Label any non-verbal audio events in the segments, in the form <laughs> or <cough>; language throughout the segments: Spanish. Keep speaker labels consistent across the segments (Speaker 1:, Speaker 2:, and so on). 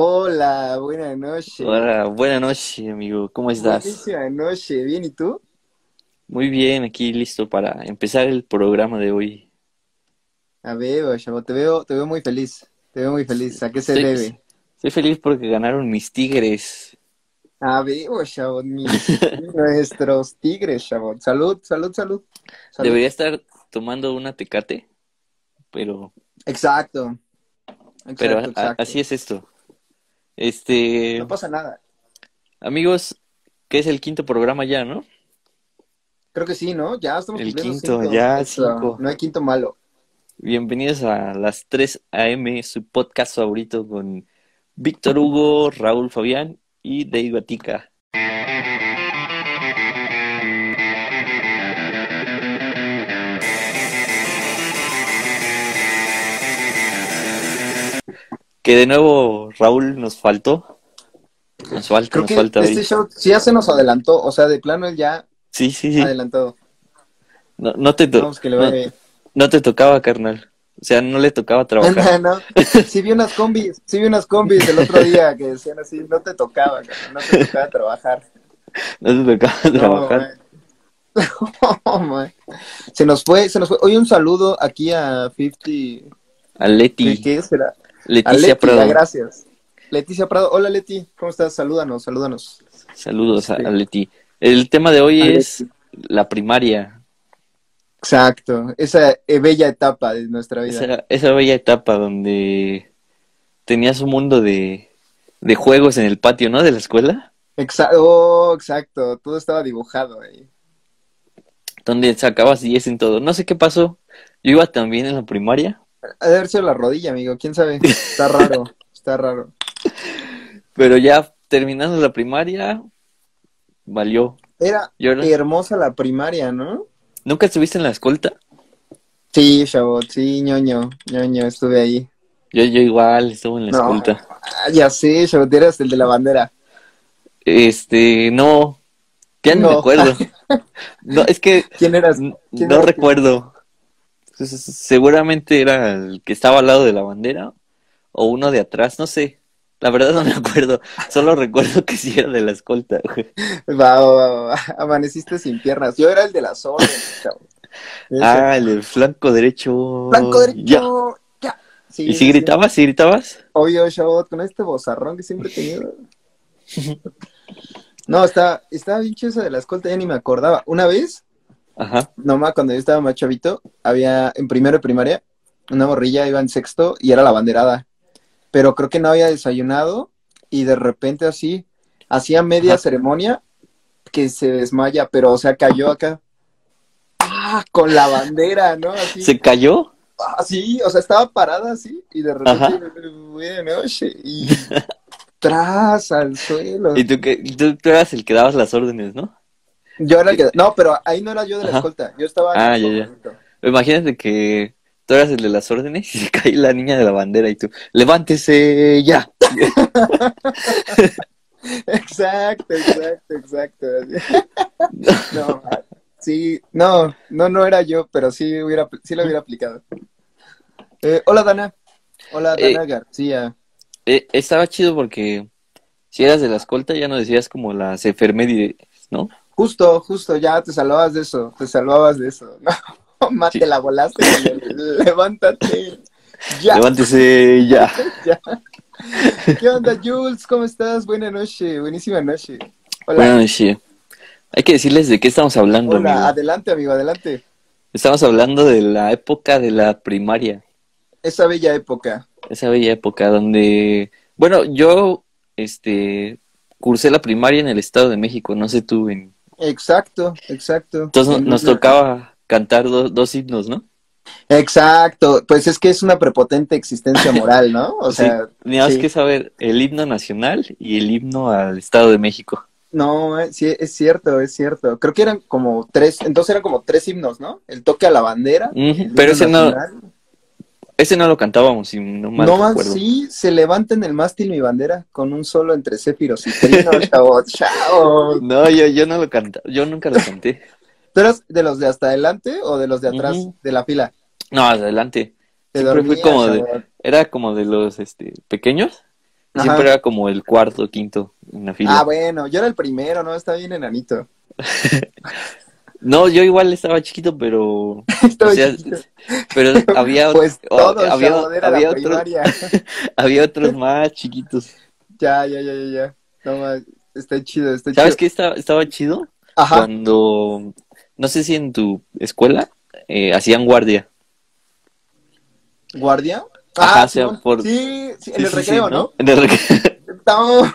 Speaker 1: Hola, buenas noches.
Speaker 2: Hola, buenas noches, amigo. ¿Cómo estás?
Speaker 1: Buenísima noche, ¿bien y tú?
Speaker 2: Muy bien, aquí listo para empezar el programa de hoy.
Speaker 1: A ver, chavo, te veo, te veo muy feliz, te veo muy feliz. ¿A qué se
Speaker 2: Estoy,
Speaker 1: debe?
Speaker 2: estoy feliz porque ganaron mis Tigres.
Speaker 1: A ver, chavo,
Speaker 2: <laughs>
Speaker 1: mis, nuestros tigres, chavo. Salud, salud, salud, salud.
Speaker 2: Debería estar tomando una Tecate, pero,
Speaker 1: Exacto,
Speaker 2: pero
Speaker 1: exacto,
Speaker 2: a- a- así
Speaker 1: exacto.
Speaker 2: es esto.
Speaker 1: No
Speaker 2: Este,
Speaker 1: pasa nada.
Speaker 2: amigos, que es el quinto programa ya, ¿no?
Speaker 1: Creo que sí, ¿no? Ya estamos
Speaker 2: El
Speaker 1: cumpliendo
Speaker 2: quinto,
Speaker 1: cinco.
Speaker 2: ya
Speaker 1: Eso,
Speaker 2: cinco.
Speaker 1: no hay quinto malo.
Speaker 2: Bienvenidos a las 3 AM, su podcast favorito con Víctor Hugo, Raúl Fabián y Dave Gatica. Que de nuevo Raúl nos faltó. Nos falta,
Speaker 1: Creo
Speaker 2: nos
Speaker 1: que
Speaker 2: falta
Speaker 1: este
Speaker 2: hoy.
Speaker 1: show sí ya se nos adelantó, o sea, de plano él ya
Speaker 2: Sí, sí, sí.
Speaker 1: adelantado.
Speaker 2: No, no te, to-
Speaker 1: Vamos que le va
Speaker 2: no,
Speaker 1: bien.
Speaker 2: no te tocaba, carnal. O sea, no le tocaba
Speaker 1: <laughs>
Speaker 2: trabajar.
Speaker 1: No, no, sí vi unas combis, sí vi unas combis el otro día que decían así, no te tocaba, cabrón, no te tocaba trabajar.
Speaker 2: No te tocaba
Speaker 1: No,
Speaker 2: <laughs> trabajar.
Speaker 1: man. <laughs> No, man. Se nos fue, se nos fue. Oye, un saludo aquí a 50,
Speaker 2: A
Speaker 1: ¿qué,
Speaker 2: Leti,
Speaker 1: qué será? A
Speaker 2: Leticia
Speaker 1: Leti, la
Speaker 2: Prado.
Speaker 1: gracias. Leticia Prado, hola Leti, ¿cómo estás? Salúdanos, salúdanos.
Speaker 2: Saludos a, a
Speaker 1: Este,
Speaker 2: Leti. El tema de hoy
Speaker 1: a
Speaker 2: es
Speaker 1: Leti.
Speaker 2: la primaria,
Speaker 1: Exacto, esa eh, bella etapa de nuestra vida.
Speaker 2: esa, esa bella etapa donde tenías un mundo de, de juegos en el patio, ¿no? De la escuela,
Speaker 1: Exacto, oh, exacto, todo estaba dibujado ahí.
Speaker 2: donde sacabas 10 en todo. No sé qué pasó. Yo iba también en la primaria,
Speaker 1: Ha de haber sido la rodilla, amigo, quién sabe. Está raro, está raro.
Speaker 2: pero ya terminando la primaria, valió.
Speaker 1: Era
Speaker 2: Yo no-
Speaker 1: hermosa la primaria, ¿no?
Speaker 2: ¿Nunca estuviste en la escolta?
Speaker 1: Sí, Chabot, sí, ñoño, ñoño, estuve ahí.
Speaker 2: Yo, yo igual estuve en la
Speaker 1: No,
Speaker 2: escolta.
Speaker 1: ah, ya sé, Chabot, eras el de la bandera.
Speaker 2: Este, no, ya ni me
Speaker 1: No, <laughs>
Speaker 2: acuerdo. No, es que
Speaker 1: ¿quién eras?
Speaker 2: n-
Speaker 1: ¿Quién
Speaker 2: Pues, no
Speaker 1: eras tú?
Speaker 2: recuerdo. Se- se- Pues, Seguramente era el que estaba al lado de la bandera o uno de atrás, no sé. La verdad no me acuerdo. Solo recuerdo que sí era de la escolta, güey.
Speaker 1: <laughs> Va, va, va, va, <laughs> amaneciste sin piernas. Yo era el de las
Speaker 2: <laughs>
Speaker 1: órdenes, Chabot. Ese.
Speaker 2: Ah, el del flanco
Speaker 1: Blanco
Speaker 2: derecho. Ya.
Speaker 1: derecho, ya.
Speaker 2: ¿Y
Speaker 1: Sí,
Speaker 2: si
Speaker 1: sí, sí.
Speaker 2: gritabas? ¿Si gritabas?
Speaker 1: Obvio, Chabot, con este bozarrón que siempre he tenido.
Speaker 2: <laughs>
Speaker 1: No, estaba, estaba bien chido eso de la escolta, ya ni me acordaba. Una vez,
Speaker 2: Ajá.
Speaker 1: nomás cuando yo estaba más chavito, había en primero de primaria, una morrilla iba en sexto y era la banderada. pero creo que no había desayunado y de repente así, hacía media
Speaker 2: Ajá.
Speaker 1: ceremonia que se desmaya, pero o sea, cayó acá, ¡ah! con la bandera, ¿no? Así,
Speaker 2: ¿Se cayó?
Speaker 1: así, o sea, estaba parada así y de repente,
Speaker 2: Ajá.
Speaker 1: bueno, oye, y tras al
Speaker 2: <laughs> Y
Speaker 1: suelo.
Speaker 2: tú, que, tú, tú eras el que dabas las órdenes, ¿no?
Speaker 1: Yo era el
Speaker 2: Que-
Speaker 1: que, no, pero ahí no era yo de la
Speaker 2: Ajá.
Speaker 1: escolta, yo estaba en
Speaker 2: Ah,
Speaker 1: el
Speaker 2: ya, ya.
Speaker 1: campamento.
Speaker 2: Imagínate que tú eras el de las órdenes y <laughs> se cae la niña de la bandera y tú, levántese ya.
Speaker 1: Exacto, exacto,
Speaker 2: <laughs>
Speaker 1: exacto. No, sí, no, no, no era yo, pero sí hubiera, sí lo hubiera aplicado. Eh, hola Dana, hola
Speaker 2: Eh,
Speaker 1: Dana García.
Speaker 2: eh, estaba chido porque si eras de la escolta ya no decías como las efemérides, ¿no?
Speaker 1: Justo, justo, ya te salvabas de eso, te salvabas de eso. No, <laughs> ma, te
Speaker 2: Sí.
Speaker 1: la volaste con el levántate. Ya,
Speaker 2: Levántese
Speaker 1: <laughs>
Speaker 2: ya.
Speaker 1: ya. ¿Qué onda, Jules? ¿Cómo estás? Buena noche, buenísima noche. Hola,
Speaker 2: Buenas noches. Hay que decirles de qué estamos hablando,
Speaker 1: hola,
Speaker 2: amigo.
Speaker 1: adelante, amigo, adelante.
Speaker 2: Estamos hablando de la época de la primaria,
Speaker 1: Esa bella época.
Speaker 2: esa bella época donde, bueno, yo, este, cursé la primaria en el Estado de México, no sé tú, en...
Speaker 1: Exacto, exacto.
Speaker 2: entonces no-
Speaker 1: En
Speaker 2: nos
Speaker 1: una-
Speaker 2: tocaba cantar do- dos himnos, ¿no?
Speaker 1: Exacto, pues es que es una prepotente
Speaker 2: <laughs>
Speaker 1: existencia moral, ¿no? O
Speaker 2: Sí,
Speaker 1: sea,
Speaker 2: ni más que
Speaker 1: sí.
Speaker 2: saber el himno nacional y el himno al Estado de México.
Speaker 1: No, eh, sí, es cierto, es cierto. Creo que eran como tres, entonces eran como tres himnos, ¿no? El toque a la bandera,
Speaker 2: Ujú,
Speaker 1: el
Speaker 2: Mm, Pero
Speaker 1: himno
Speaker 2: ese no,
Speaker 1: nacional.
Speaker 2: ese no lo cantábamos, si no mal
Speaker 1: No más,
Speaker 2: recuerdo.
Speaker 1: sí, se levanta en el mástil mi bandera con un solo entre céfiros y trinos,
Speaker 2: <laughs>
Speaker 1: chavo, chao.
Speaker 2: No, yo, yo no lo canta, yo nunca lo canté.
Speaker 1: ¿Tú eras de los de hasta adelante o de los de atrás
Speaker 2: Ujú.
Speaker 1: de la fila?
Speaker 2: No, adelante.
Speaker 1: Te
Speaker 2: Siempre fui
Speaker 1: dormías,
Speaker 2: como de,
Speaker 1: chavo.
Speaker 2: era como de los este pequeños
Speaker 1: Ajá.
Speaker 2: Siempre era como el cuarto, quinto en la fila.
Speaker 1: Ah, bueno, yo era el primero, ¿no? Está bien enanito. <laughs>
Speaker 2: No, yo igual estaba chiquito, pero.
Speaker 1: Estaba
Speaker 2: o sea,
Speaker 1: chiquito. <laughs>
Speaker 2: pero había,
Speaker 1: Pues
Speaker 2: Pues o-
Speaker 1: todo,
Speaker 2: había,
Speaker 1: era
Speaker 2: había
Speaker 1: la
Speaker 2: otros-
Speaker 1: primaria.
Speaker 2: había otros más chiquitos.
Speaker 1: ya, ya, ya, ya, ya. No más, está chido, está
Speaker 2: ¿Sabes
Speaker 1: chido.
Speaker 2: qué estaba, estaba chido?
Speaker 1: Ajá.
Speaker 2: Cuando, no sé si en tu escuela eh, hacían guardia.
Speaker 1: ¿Guardia?
Speaker 2: Ajá, o
Speaker 1: sí,
Speaker 2: sea, por-
Speaker 1: sí, sí, en
Speaker 2: Sí,
Speaker 1: el
Speaker 2: sí, sí,
Speaker 1: recreo, ¿no?
Speaker 2: En el recreo.
Speaker 1: Estamos-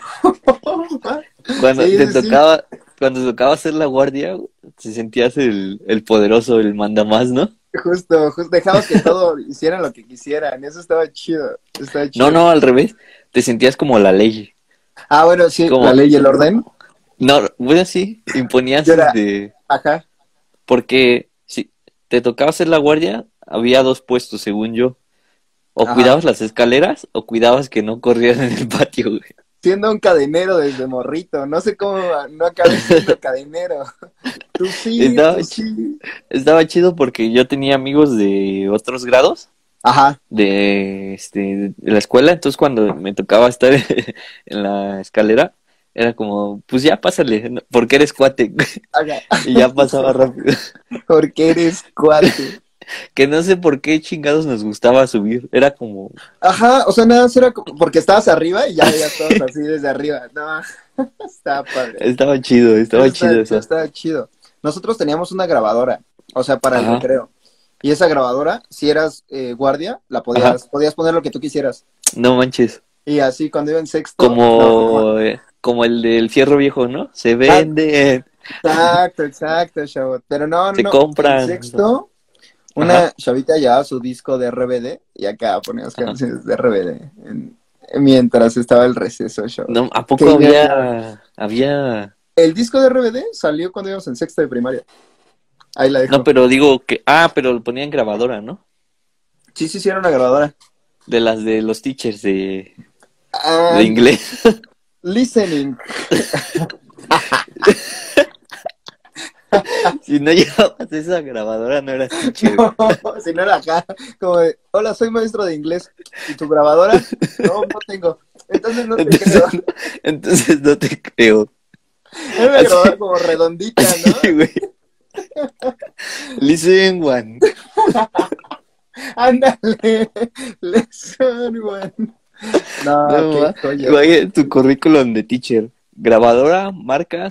Speaker 2: Cuando
Speaker 1: Sí,
Speaker 2: te
Speaker 1: sí, sí.
Speaker 2: tocaba, cuando te tocaba hacer la guardia, te sentías el, el poderoso, el mandamás, ¿no?
Speaker 1: <laughs> Justo, justo, dejabas que todo hicieran lo que quisieran, eso estaba chido, estaba chido.
Speaker 2: No, no, al revés. Te sentías como la ley.
Speaker 1: Ah, bueno, sí,
Speaker 2: ¿Cómo?
Speaker 1: la ley y el orden,
Speaker 2: No, bueno, sí, imponías
Speaker 1: Yo era-
Speaker 2: este,
Speaker 1: ajá,
Speaker 2: Porque si te tocaba hacer la guardia, había dos puestos, según yo. O
Speaker 1: Ajá.
Speaker 2: cuidabas las escaleras o cuidabas que no corrieran en el patio, güey.
Speaker 1: siendo un cadenero desde morrito, no sé cómo no acabé siendo cadenero. <laughs> Tú sí,
Speaker 2: <laughs> Estaba
Speaker 1: tú
Speaker 2: ch-
Speaker 1: sí.
Speaker 2: Estaba chido porque yo tenía amigos de otros grados
Speaker 1: Ajá,
Speaker 2: de, este, de la escuela, entonces cuando me tocaba estar <laughs> en la escalera, era como, pues ya pásale, ¿no? porque eres cuate, <laughs>
Speaker 1: <laughs> ajá,
Speaker 2: y ya pasaba rápido. <laughs>
Speaker 1: porque eres cuate.
Speaker 2: Que no sé por qué chingados nos gustaba subir, era como,
Speaker 1: Ajá, o sea, nada, eso era como- porque estabas arriba y ya veías todos así desde arriba, no, <laughs> está padre.
Speaker 2: estaba chido, estaba
Speaker 1: Eso
Speaker 2: chido eso.
Speaker 1: estaba chido. Nosotros teníamos una grabadora, o sea, para
Speaker 2: Ajá.
Speaker 1: el recreo. Y esa grabadora, si eras eh, guardia, la podías, podías poner lo que tú quisieras.
Speaker 2: No manches.
Speaker 1: Y así cuando iba en sexto. no, Ah,
Speaker 2: Como, eh, como el del fierro viejo, ¿no? Se venden.
Speaker 1: exacto, exacto, chavo. Pero no,
Speaker 2: Se
Speaker 1: no.
Speaker 2: compran.
Speaker 1: En sexto, una chavita llevaba su disco de RBD y acá poníamos
Speaker 2: Ajá.
Speaker 1: canciones de RBD en- mientras estaba el receso, chavo.
Speaker 2: No,
Speaker 1: Qué
Speaker 2: ¿A poco había, había...
Speaker 1: El disco de RBD salió cuando íbamos en sexto de primaria. Ahí la dejo.
Speaker 2: No, pero digo que... Ah, pero lo ponían grabadora, ¿no?
Speaker 1: Sí, sí, sí, era una grabadora.
Speaker 2: De las de los teachers de,
Speaker 1: Ah,
Speaker 2: de inglés. <laughs>
Speaker 1: listening.
Speaker 2: si no <laughs> llevabas esa grabadora,
Speaker 1: <laughs>
Speaker 2: no eras teacher.
Speaker 1: si no era acá, como de, hola, soy maestro de inglés. ¿Y tu grabadora? No, no tengo. Entonces no te
Speaker 2: Entonces,
Speaker 1: creo.
Speaker 2: entonces no te creo.
Speaker 1: <laughs> Era una
Speaker 2: así-
Speaker 1: grabadora como redondita,
Speaker 2: <laughs> Sí,
Speaker 1: ¿no?
Speaker 2: güey. Listen,
Speaker 1: <laughs>
Speaker 2: one.
Speaker 1: Ándale. Lesson one. No,
Speaker 2: No,
Speaker 1: qué
Speaker 2: ma.
Speaker 1: joya.
Speaker 2: Vaya, tu currículum de teacher. Grabadora, marca,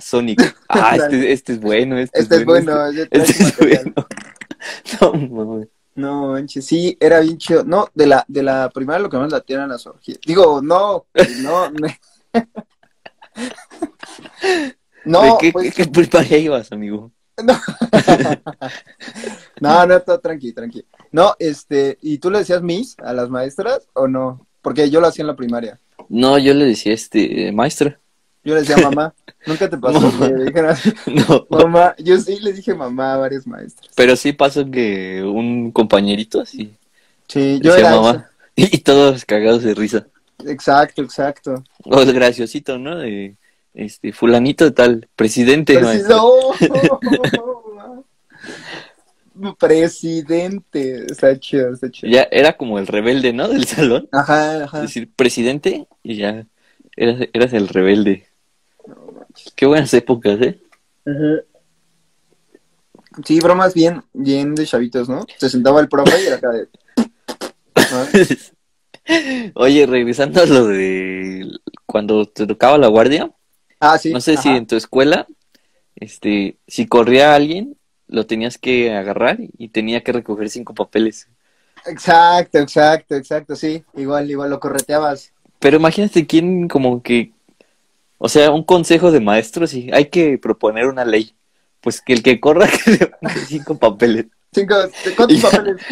Speaker 1: <laughs>
Speaker 2: Sonic. Ah,
Speaker 1: Ándale.
Speaker 2: este, este es bueno, este,
Speaker 1: Este es bueno. yo
Speaker 2: <laughs> Este,
Speaker 1: traigo
Speaker 2: este es
Speaker 1: material.
Speaker 2: bueno. <laughs> No, mames.
Speaker 1: No, manches, sí, era bien chido. No, de la, de la primaria lo que más latían eran las orgías. Digo, no, no. me- <laughs>
Speaker 2: ¿De
Speaker 1: No,
Speaker 2: qué,
Speaker 1: pues,
Speaker 2: qué, qué primaria ibas, amigo?
Speaker 1: No, no, todo tranqui, tranqui. No, este, ¿y tú le decías mis a las maestras o no? Porque yo lo hacía en la primaria.
Speaker 2: No, yo le decía, este, eh, maestra.
Speaker 1: Yo le decía
Speaker 2: <laughs>
Speaker 1: mamá. ¿Nunca te pasó
Speaker 2: Mamá.
Speaker 1: que dijeras
Speaker 2: <laughs> No,
Speaker 1: mamá? Yo sí le dije mamá a varias maestras.
Speaker 2: pero sí pasó que un compañerito así
Speaker 1: Sí, yo
Speaker 2: decía
Speaker 1: era
Speaker 2: mamá. Y, todos cagados de risa.
Speaker 1: esa. Exacto, exacto.
Speaker 2: O el graciosito, ¿no? De, este, fulanito de tal, presidente.
Speaker 1: Pero sí,
Speaker 2: maestra.
Speaker 1: no. <laughs> Presidente. Está chido, está chido.
Speaker 2: Ya era como el rebelde, ¿no? Del salón.
Speaker 1: Ajá, ajá.
Speaker 2: decir presidente y ya eras, eras el rebelde. Qué buenas épocas, ¿eh? <laughs>
Speaker 1: Ajá. Sí, bromas bien, bien de chavitos, ¿no? Se sentaba el profe y era acá de... ¿no?
Speaker 2: Oye, regresando a lo de cuando te tocaba la guardia,
Speaker 1: Ah, sí.
Speaker 2: no sé si
Speaker 1: ajá.
Speaker 2: en tu escuela, este, si corría alguien, lo tenías que agarrar y tenía que recoger cinco papeles.
Speaker 1: Exacto, exacto, exacto, sí, igual, igual lo correteabas.
Speaker 2: Pero imagínate quién como que, o sea, un consejo de maestros y hay que proponer una ley. Pues que el que corra <laughs> que le ponga cinco papeles.
Speaker 1: Cinco, ¿de
Speaker 2: <laughs>
Speaker 1: ¿cuántos
Speaker 2: Ya.
Speaker 1: papeles?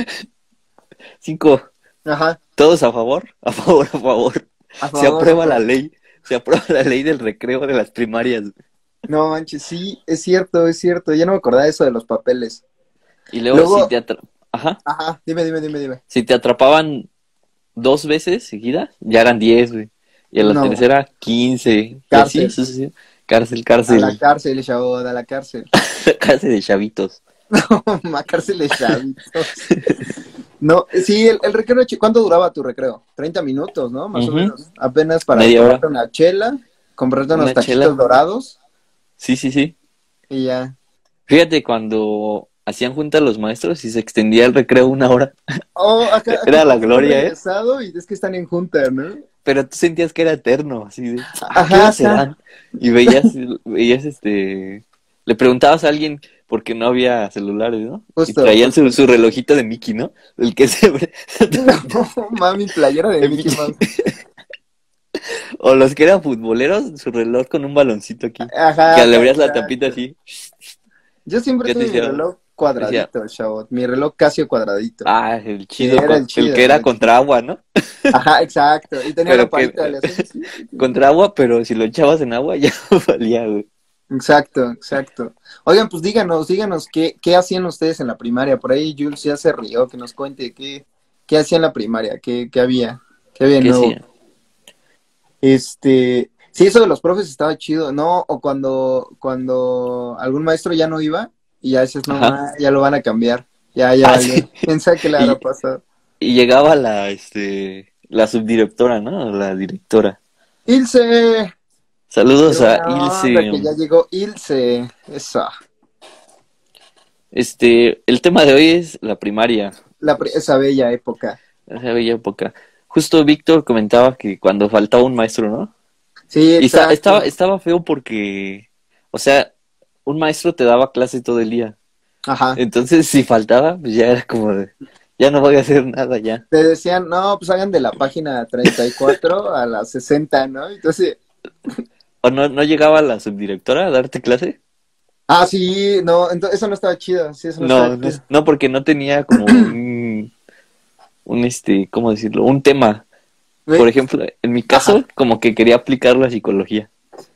Speaker 2: Cinco.
Speaker 1: Ajá,
Speaker 2: ¿Todos a favor? A favor, a favor.
Speaker 1: a
Speaker 2: se
Speaker 1: favor.
Speaker 2: aprueba la ley. Se aprueba la ley del recreo de las primarias.
Speaker 1: No manches, sí, es cierto, es cierto, ya no me acordaba eso de los papeles.
Speaker 2: Y luego,
Speaker 1: Luego-
Speaker 2: Si, te atra- Ajá.
Speaker 1: Ajá, dime, dime, dime, dime.
Speaker 2: si te atrapaban dos veces seguidas, ya eran 10, güey. Y a la
Speaker 1: No.
Speaker 2: tercera, 15.
Speaker 1: Cárcel.
Speaker 2: Y así, sucesivo. Cárcel,
Speaker 1: A
Speaker 2: cárcel.
Speaker 1: la
Speaker 2: <laughs>
Speaker 1: cárcel, chabón, a la cárcel. <laughs>
Speaker 2: cárcel de chavitos.
Speaker 1: a cárcel de chavitos. No, sí, el, el recreo, chi- ¿cuánto duraba tu recreo? 30 minutos, ¿no? Más
Speaker 2: Ujú.
Speaker 1: o menos. Apenas para
Speaker 2: Media hora.
Speaker 1: comprarte una chela, comprarte unos
Speaker 2: Una
Speaker 1: taquitos
Speaker 2: chela.
Speaker 1: dorados
Speaker 2: Sí, sí, sí.
Speaker 1: y ya.
Speaker 2: Fíjate, cuando hacían juntas los maestros y se extendía el recreo una
Speaker 1: <laughs>
Speaker 2: hora,
Speaker 1: Oh, acá, acá
Speaker 2: Era la
Speaker 1: estoy
Speaker 2: gloria, ¿eh?
Speaker 1: regresado Y es que están en junta, ¿no? <laughs>
Speaker 2: pero tú sentías que era eterno, así de, "¿A qué
Speaker 1: Ajá,
Speaker 2: hora se
Speaker 1: ajá.
Speaker 2: dan?" Y veías, veías este, le preguntabas a alguien porque no había celulares, ¿no?
Speaker 1: Justo.
Speaker 2: y traían su, su relojito de Mickey, ¿no? El que se...
Speaker 1: No, mami, playera de
Speaker 2: El
Speaker 1: Mickey
Speaker 2: pinche- <laughs>
Speaker 1: Mouse.
Speaker 2: o los que eran futboleros, su reloj con un baloncito aquí,
Speaker 1: Ajá.
Speaker 2: que le abrías la
Speaker 1: exacto.
Speaker 2: tapita así.
Speaker 1: Yo siempre
Speaker 2: ¿Qué te
Speaker 1: tuve mi
Speaker 2: hicieron?
Speaker 1: reloj cuadradito, chavo. Mi reloj casi cuadradito.
Speaker 2: Ah, el chido,
Speaker 1: era el
Speaker 2: con-
Speaker 1: chido, era
Speaker 2: que era
Speaker 1: el
Speaker 2: contra agua, ¿no?
Speaker 1: Ajá, exacto. Y tenía
Speaker 2: Pero
Speaker 1: la palita,
Speaker 2: que-
Speaker 1: le hacía así.
Speaker 2: Contra agua, pero si lo echabas en agua <laughs> ya valía, güey.
Speaker 1: Exacto, exacto. Oigan, pues díganos, díganos qué, qué hacían ustedes en la primaria. Por ahí Jules ya se rió, que nos cuente qué, qué hacía en la primaria, qué, qué había, qué había
Speaker 2: ¿Qué
Speaker 1: nuevo.
Speaker 2: hacían?
Speaker 1: Este, sí, eso de los profes estaba chido, ¿no? O cuando, cuando algún maestro ya no iba y ya dices, no,
Speaker 2: Ajá.
Speaker 1: ma, ya lo van a cambiar, ya, ya
Speaker 2: <laughs> Ah,
Speaker 1: valió.
Speaker 2: sí.
Speaker 1: Piensa que le habrá
Speaker 2: Y-
Speaker 1: pasado.
Speaker 2: Y llegaba la, este, la subdirectora, ¿no? La directora.
Speaker 1: Ilse,
Speaker 2: Saludos
Speaker 1: Qué
Speaker 2: a
Speaker 1: buena onda
Speaker 2: Ilse. um,
Speaker 1: que ya llegó Ilse, esa,
Speaker 2: Este, el tema de hoy es la primaria,
Speaker 1: la, pri- esa bella época.
Speaker 2: esa bella época. Justo Víctor comentaba que cuando faltaba un maestro, ¿no?
Speaker 1: Sí,
Speaker 2: Y esta-
Speaker 1: exacto.
Speaker 2: estaba, estaba feo porque, o sea, un maestro te daba clase todo el día.
Speaker 1: Ajá.
Speaker 2: Entonces, si faltaba, pues ya era como de, ya no voy a hacer nada ya.
Speaker 1: Te decían, no, pues hagan de la página 34 a la 60, ¿no? Entonces,
Speaker 2: ¿O no, no llegaba la subdirectora a darte clase?
Speaker 1: ah, sí, no, entonces, eso no estaba chido, sí, eso no,
Speaker 2: No,
Speaker 1: estaba
Speaker 2: no,
Speaker 1: chido.
Speaker 2: es- no, porque no tenía como un, un, este, ¿cómo decirlo? Un tema.
Speaker 1: Güey,
Speaker 2: Por ejemplo, en mi caso, como que quería aplicar la psicología.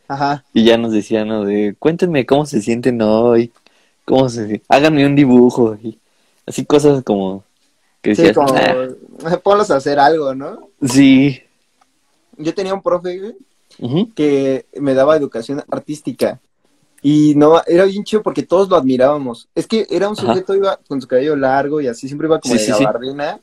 Speaker 1: Ajá,
Speaker 2: Y ya nos decían, ¿no? De, cuéntenme cómo se sienten hoy, cómo se... Háganme un dibujo. Y así cosas como que
Speaker 1: sí,
Speaker 2: decías,
Speaker 1: como,
Speaker 2: "Ah,
Speaker 1: ponlos a hacer algo, ¿no?
Speaker 2: sí.
Speaker 1: yo tenía un profe güey,
Speaker 2: Ujú.
Speaker 1: que me daba educación artística y no era bien chido porque todos lo admirábamos. Es que era un
Speaker 2: Ajá.
Speaker 1: sujeto iba con su cabello largo y así siempre iba como
Speaker 2: Sí,
Speaker 1: de
Speaker 2: sí, sí.
Speaker 1: gabardina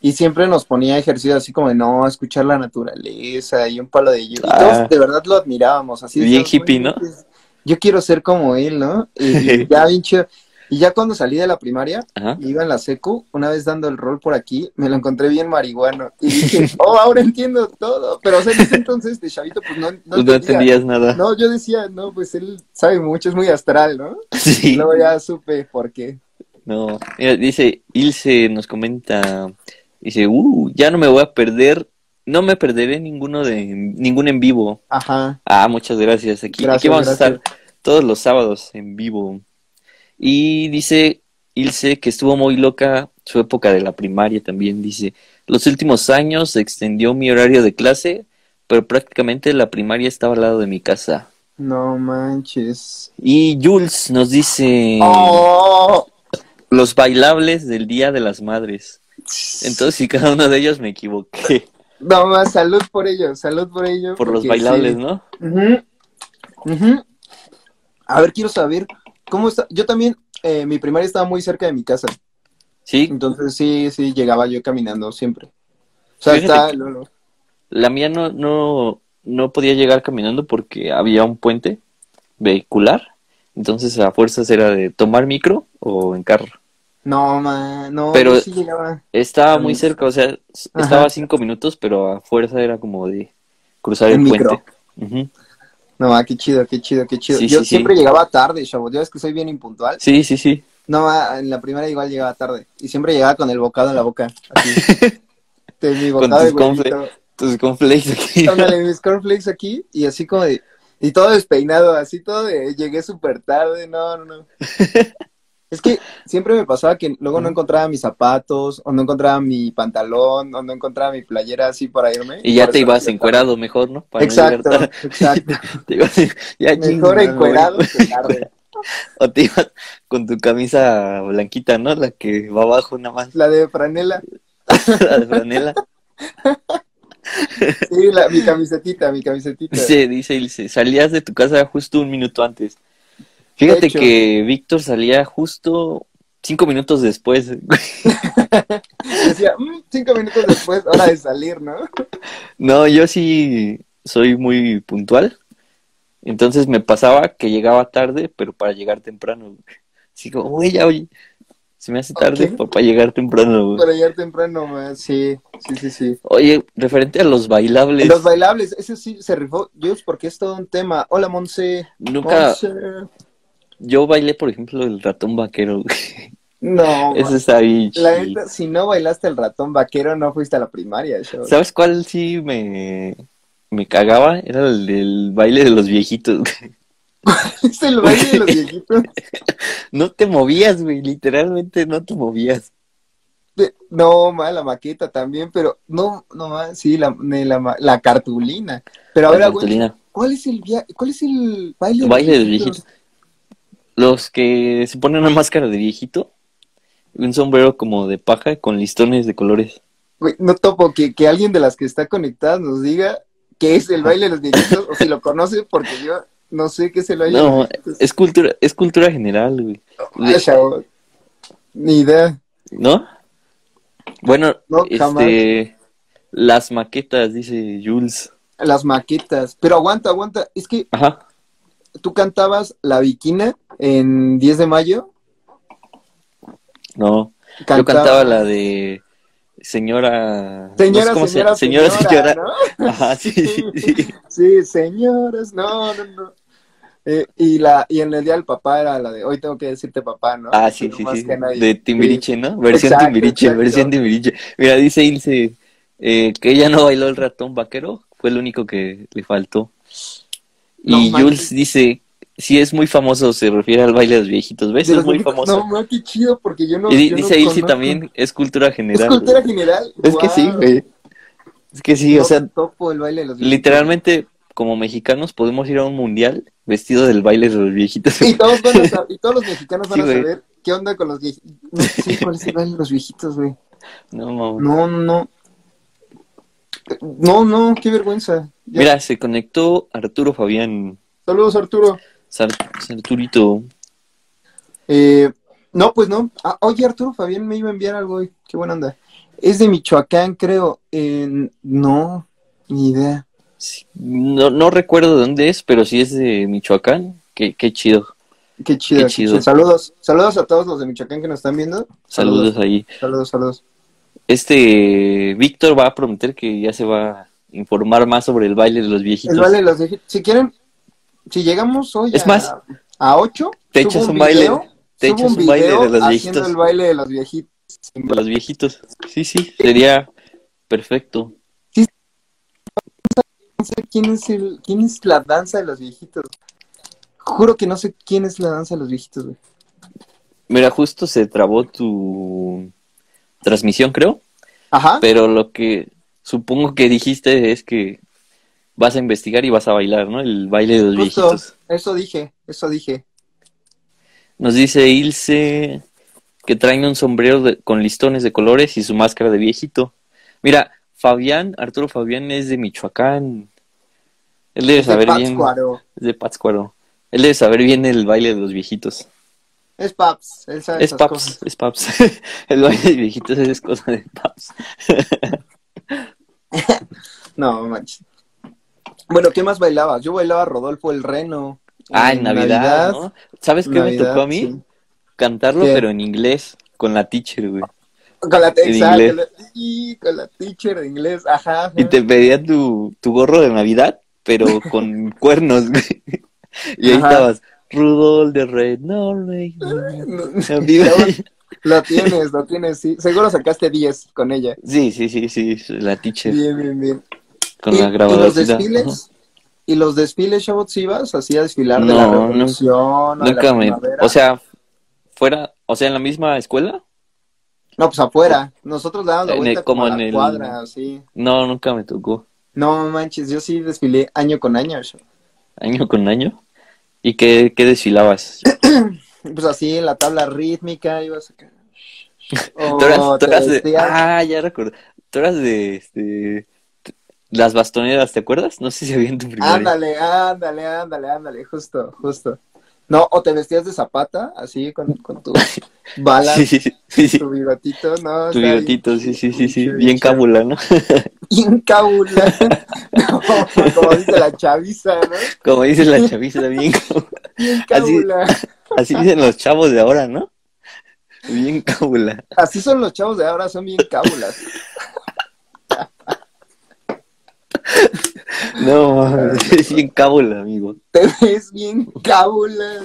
Speaker 1: y siempre nos ponía ejercicio así como de no escuchar la naturaleza y un palo de lluvia. Y
Speaker 2: Ah.
Speaker 1: todos de verdad lo admirábamos, así
Speaker 2: Bien
Speaker 1: decíamos,
Speaker 2: hippie, ¿no?
Speaker 1: "Güey, pues, Yo quiero ser como él, ¿no?
Speaker 2: <laughs>
Speaker 1: Y, y ya bien chido. Y ya cuando salí de la primaria,
Speaker 2: Ajá.
Speaker 1: Iba en la secu, una vez dando el rol por aquí, me lo encontré bien marihuano. Y dije, <laughs> oh, ahora entiendo todo. Pero, o sea, en ese entonces, de chavito, pues no, no
Speaker 2: Pues no
Speaker 1: entendía.
Speaker 2: entendías nada.
Speaker 1: No, yo decía, no, pues él sabe mucho, es muy astral, ¿no? Y
Speaker 2: <laughs> Sí.
Speaker 1: luego ya supe por qué.
Speaker 2: No, mira, dice Ilse nos comenta, dice, uh, ya no me voy a perder, no me perderé ninguno de ningún en vivo.
Speaker 1: Ajá,
Speaker 2: Ah, muchas gracias. Aquí,
Speaker 1: Gracias,
Speaker 2: aquí vamos a
Speaker 1: gracias.
Speaker 2: estar todos los sábados en vivo. Y dice Ilse que estuvo muy loca su época de la primaria también. Dice, los últimos años se extendió mi horario de clase, pero prácticamente la primaria estaba al lado de mi casa.
Speaker 1: no manches.
Speaker 2: Y Jules nos dice
Speaker 1: ¡Oh!
Speaker 2: los bailables del Día de las Madres. Entonces, si cada uno de ellos me equivoqué
Speaker 1: No más, salud por ello, salud por ello.
Speaker 2: por los
Speaker 1: porque
Speaker 2: bailables,
Speaker 1: sí.
Speaker 2: ¿no?
Speaker 1: Ujú, ujú. A ver, quiero saber, ¿cómo está? Yo también, eh, mi primaria estaba muy cerca de mi casa.
Speaker 2: Sí,
Speaker 1: Entonces sí, sí, llegaba yo caminando siempre. O sea,
Speaker 2: Fíjate
Speaker 1: está...
Speaker 2: que- la mía no, no, no podía llegar caminando porque había un puente vehicular. Entonces, a fuerzas era de tomar micro o en carro.
Speaker 1: No, ma, no,
Speaker 2: Pero-
Speaker 1: yo sí llegaba.
Speaker 2: Estaba muy
Speaker 1: Mm.
Speaker 2: cerca, o sea, s-
Speaker 1: Ajá.
Speaker 2: estaba a cinco minutos, pero a fuerza era como de cruzar
Speaker 1: En
Speaker 2: el
Speaker 1: micro.
Speaker 2: puente. Ujú.
Speaker 1: No, ma, qué chido, qué chido, qué chido.
Speaker 2: Sí,
Speaker 1: yo
Speaker 2: sí, sí.
Speaker 1: siempre llegaba tarde, chavo. Yo es que soy bien impuntual.
Speaker 2: Sí, sí, sí.
Speaker 1: No, ma, en la primera igual llegaba tarde. Y siempre llegaba con el bocado en la boca. Así.
Speaker 2: <laughs>
Speaker 1: de mi
Speaker 2: Con
Speaker 1: bocado de
Speaker 2: tus confle-
Speaker 1: huevito.
Speaker 2: Entonces, conflicto
Speaker 1: <laughs>
Speaker 2: aquí.
Speaker 1: Ándale, mis cornflakes aquí. Y así como de... Y todo despeinado, así todo de... Llegué súper tarde, no, no,
Speaker 2: <laughs>
Speaker 1: no. Es que siempre me pasaba que luego no encontraba mis zapatos, o no encontraba mi pantalón, o no encontraba mi playera así para irme.
Speaker 2: Y ya
Speaker 1: Por
Speaker 2: te
Speaker 1: eso
Speaker 2: ibas
Speaker 1: me
Speaker 2: encuerado mejor, ¿no? Para no llegar
Speaker 1: Exacto,
Speaker 2: tarde.
Speaker 1: exacto.
Speaker 2: <laughs> Te ibas- ya,
Speaker 1: Mejor
Speaker 2: chinga,
Speaker 1: encuerado
Speaker 2: güey.
Speaker 1: que tarde.
Speaker 2: <laughs> O te ibas con tu camisa blanquita, ¿no? La que va abajo nada más, <laughs>
Speaker 1: La de franela.
Speaker 2: la de franela.
Speaker 1: Sí, la- mi camisetita, mi camisetita.
Speaker 2: Dice, dice, dice, salías de tu casa justo un minuto antes. Fíjate
Speaker 1: hecho.
Speaker 2: que Víctor salía justo cinco minutos después. <laughs>
Speaker 1: Decía, "Mm, cinco minutos después, hora de salir, ¿no?
Speaker 2: No, yo sí soy muy puntual. Entonces me pasaba que llegaba tarde, pero para llegar temprano. güey. Así como, güey, ya, oye, se me hace tarde
Speaker 1: Ok.
Speaker 2: pa- para llegar temprano. güey".
Speaker 1: Para llegar temprano, ma, sí, sí, sí, sí.
Speaker 2: Oye, referente a los bailables,
Speaker 1: Los bailables, ese sí se rifó, Dios, porque es todo un tema. Hola, Monse.
Speaker 2: nunca
Speaker 1: Monse.
Speaker 2: yo bailé, por ejemplo, el ratón vaquero. <laughs> güey.
Speaker 1: No, ma.
Speaker 2: Ese está bien
Speaker 1: la
Speaker 2: chido.
Speaker 1: neta, si no bailaste el ratón vaquero, no fuiste a la primaria, yo. <laughs>
Speaker 2: ¿Sabes cuál sí me, me cagaba? Era el del baile de los viejitos. <laughs> güey.
Speaker 1: Es el baile de los viejitos.
Speaker 2: No te movías, güey, literalmente no te movías.
Speaker 1: De- No, ma, la maqueta también, pero no, no, ma, sí, la, ne- la, ma- la cartulina. Pero ahora,
Speaker 2: La
Speaker 1: güey,
Speaker 2: cartulina.
Speaker 1: ¿cuál es el, via- ¿cuál es el baile,
Speaker 2: El baile de los viejitos. Los que se ponen una máscara de viejito, un sombrero como de paja con listones de colores.
Speaker 1: Güey, no topo que, que alguien de las que está conectadas nos diga qué es el baile de los viejitos o si lo conoce, porque yo no sé qué es el baile de
Speaker 2: No,
Speaker 1: los viejitos.
Speaker 2: es cultura, es cultura general, güey.
Speaker 1: Ah, chavo, Ni idea.
Speaker 2: ¿No? Bueno,
Speaker 1: No, jamás.
Speaker 2: este, las maquetas, dice Jules.
Speaker 1: Las maquetas. Pero aguanta, aguanta. Es que
Speaker 2: Ajá.
Speaker 1: tú cantabas La Viquina en 10 de mayo.
Speaker 2: No, yo cantaba la de señora.
Speaker 1: Señora,
Speaker 2: no sé
Speaker 1: señora,
Speaker 2: cómo se- señora, señora.
Speaker 1: ¿no?
Speaker 2: Ajá, sí, sí,
Speaker 1: <laughs>
Speaker 2: sí.
Speaker 1: Sí, señoras, no, no, no. Eh, y, la, y en el día del papá era la de hoy tengo que decirte papá, ¿no?
Speaker 2: Ah, sí,
Speaker 1: Pero
Speaker 2: sí,
Speaker 1: más
Speaker 2: sí.
Speaker 1: que nadie.
Speaker 2: De Timbiriche, ¿no? Versión
Speaker 1: Exacto,
Speaker 2: Timbiriche,
Speaker 1: exacto.
Speaker 2: versión Timbiriche. Mira, dice Ilse eh, que ella no bailó el ratón vaquero, fue lo único que le faltó.
Speaker 1: No
Speaker 2: Y
Speaker 1: manches.
Speaker 2: Jules dice, si es muy famoso, se refiere al baile de los viejitos, ¿ves?
Speaker 1: De
Speaker 2: Es
Speaker 1: los
Speaker 2: muy
Speaker 1: únicos- No,
Speaker 2: famoso.
Speaker 1: ma, qué chido, porque yo no.
Speaker 2: y di-
Speaker 1: yo no
Speaker 2: dice Ilse
Speaker 1: conozco.
Speaker 2: también, es cultura general.
Speaker 1: Es cultura general.
Speaker 2: Es que sí,
Speaker 1: Guau.
Speaker 2: güey. Es que sí,
Speaker 1: No
Speaker 2: o sea,
Speaker 1: topo el baile de los viejitos.
Speaker 2: literalmente como mexicanos podemos ir a un mundial vestido del baile de los viejitos.
Speaker 1: Y todos, van a sab- y todos los mexicanos van
Speaker 2: <laughs> Sí,
Speaker 1: a
Speaker 2: güey.
Speaker 1: saber qué onda con los viejitos. Sí,
Speaker 2: <laughs>
Speaker 1: ¿cuál es el baile de los viejitos, güey?
Speaker 2: <laughs> No, mames.
Speaker 1: No, no, no. No, no, qué vergüenza. Ya.
Speaker 2: Mira, se conectó Arturo Fabián.
Speaker 1: Saludos, Arturo.
Speaker 2: Sar- Sarturito.
Speaker 1: Eh, no, pues no. Ah, oye, Arturo Fabián me iba a enviar algo hoy. Qué buena onda. Es de Michoacán, creo. Eh, no, ni idea.
Speaker 2: Sí, No, no recuerdo de dónde es, pero sí es de Michoacán. Qué, qué chido.
Speaker 1: Qué chido.
Speaker 2: Qué
Speaker 1: qué
Speaker 2: chido.
Speaker 1: chido. Saludos. Saludos a todos los de Michoacán que nos están viendo.
Speaker 2: Saludos ahí.
Speaker 1: Saludos, saludos.
Speaker 2: Este Víctor va a prometer que ya se va a informar más sobre el baile de los viejitos.
Speaker 1: El baile de los viejitos. Si quieren, si llegamos hoy
Speaker 2: Es
Speaker 1: a,
Speaker 2: más,
Speaker 1: a 8,
Speaker 2: te echas un baile, te echas un baile de los viejitos.
Speaker 1: Haciendo el baile de los viejitos.
Speaker 2: De los viejitos. Sí, sí, sería perfecto.
Speaker 1: No sé quién es, el, quién es la danza de los viejitos. Juro que no sé quién es la danza de los viejitos, güey.
Speaker 2: Mira, justo se trabó tu transmisión, creo.
Speaker 1: Ajá.
Speaker 2: Pero lo que supongo que dijiste es que vas a investigar y vas a bailar, ¿no? El baile de los
Speaker 1: Justo.
Speaker 2: viejitos.
Speaker 1: Eso dije, eso dije.
Speaker 2: Nos dice Ilse que traen un sombrero de- con listones de colores y su máscara de viejito. Mira, Fabián, Arturo Fabián es de Michoacán. Él debe
Speaker 1: Es de
Speaker 2: saber bien.
Speaker 1: Pátzcuaro.
Speaker 2: Es de Pátzcuaro. Él debe saber bien el baile de los viejitos.
Speaker 1: Es Paps. Él sabe
Speaker 2: Es
Speaker 1: Ah, esas
Speaker 2: Paps,
Speaker 1: cosas.
Speaker 2: es Paps. <laughs> el baile de viejitos es cosa de Paps.
Speaker 1: No, manches. Bueno, ¿qué más bailabas? Yo bailaba Rodolfo el Reno.
Speaker 2: Ah, en Navidad, ¿no? ¿Sabes qué me
Speaker 1: Navidad,
Speaker 2: tocó a mí?
Speaker 1: sí.
Speaker 2: Cantarlo,
Speaker 1: ¿Qué?
Speaker 2: pero en inglés, con la teacher, güey.
Speaker 1: Con la,
Speaker 2: En
Speaker 1: exacto,
Speaker 2: inglés.
Speaker 1: la- sí, con la teacher de inglés, ajá. ajá.
Speaker 2: Y te pedían tu, tu gorro de Navidad,
Speaker 1: <laughs>
Speaker 2: pero con cuernos, güey. Y ahí
Speaker 1: Ajá.
Speaker 2: estabas, Rudolf de Red
Speaker 1: <laughs>
Speaker 2: Norway.
Speaker 1: No,
Speaker 2: Sí,
Speaker 1: Lo tienes, lo tienes, sí. Seguro sacaste 10 con ella.
Speaker 2: sí, sí, sí, la teacher
Speaker 1: Bien, bien, bien.
Speaker 2: con
Speaker 1: y,
Speaker 2: la
Speaker 1: y
Speaker 2: grabadora.
Speaker 1: los desfiles, y los desfiles, chavos, ibas así a desfilar de la
Speaker 2: No, no.
Speaker 1: revolución, no,
Speaker 2: Nunca me...
Speaker 1: primavera.
Speaker 2: O sea, fuera, o sea, en la misma escuela,
Speaker 1: no, pues afuera. Nosotros dábamos la
Speaker 2: en el-
Speaker 1: vuelta
Speaker 2: como
Speaker 1: como a
Speaker 2: en
Speaker 1: la
Speaker 2: el-
Speaker 1: cuadra, así.
Speaker 2: no, nunca me tocó,
Speaker 1: No manches, yo sí desfilé año con año. chavo.
Speaker 2: año con año. ¿Y qué, qué desfilabas?
Speaker 1: <laughs> Pues así en la tabla rítmica ibas acá. O
Speaker 2: <laughs> Tú eras, tú
Speaker 1: te
Speaker 2: eras de...
Speaker 1: vestías-
Speaker 2: Ah, ya recuerdo. Tú eras de... este, t- Las bastoneras, ¿te acuerdas? No sé si había en tu primaria.
Speaker 1: Ándale, ándale, ándale, ándale, justo, justo. No, o te vestías de zapata, así, con, con tu bala,
Speaker 2: <laughs> Sí, sí, sí, sí.
Speaker 1: tu bigotito, ¿no? Está
Speaker 2: Tu
Speaker 1: bien
Speaker 2: bigotito, sí, sí, sí, sí.
Speaker 1: chido,
Speaker 2: Bien
Speaker 1: chido.
Speaker 2: cábula, ¿no? <laughs>
Speaker 1: Incabula. <laughs> No, como dice la chaviza, ¿no?
Speaker 2: Como dice la chaviza, bien cábula.
Speaker 1: Incabula. Así...
Speaker 2: Así dicen los chavos de ahora, ¿no? Bien cábula.
Speaker 1: son los chavos de ahora, son bien cábulas.
Speaker 2: <laughs> No, mames, es bien cábula, amigo.
Speaker 1: Te ves bien cábulas.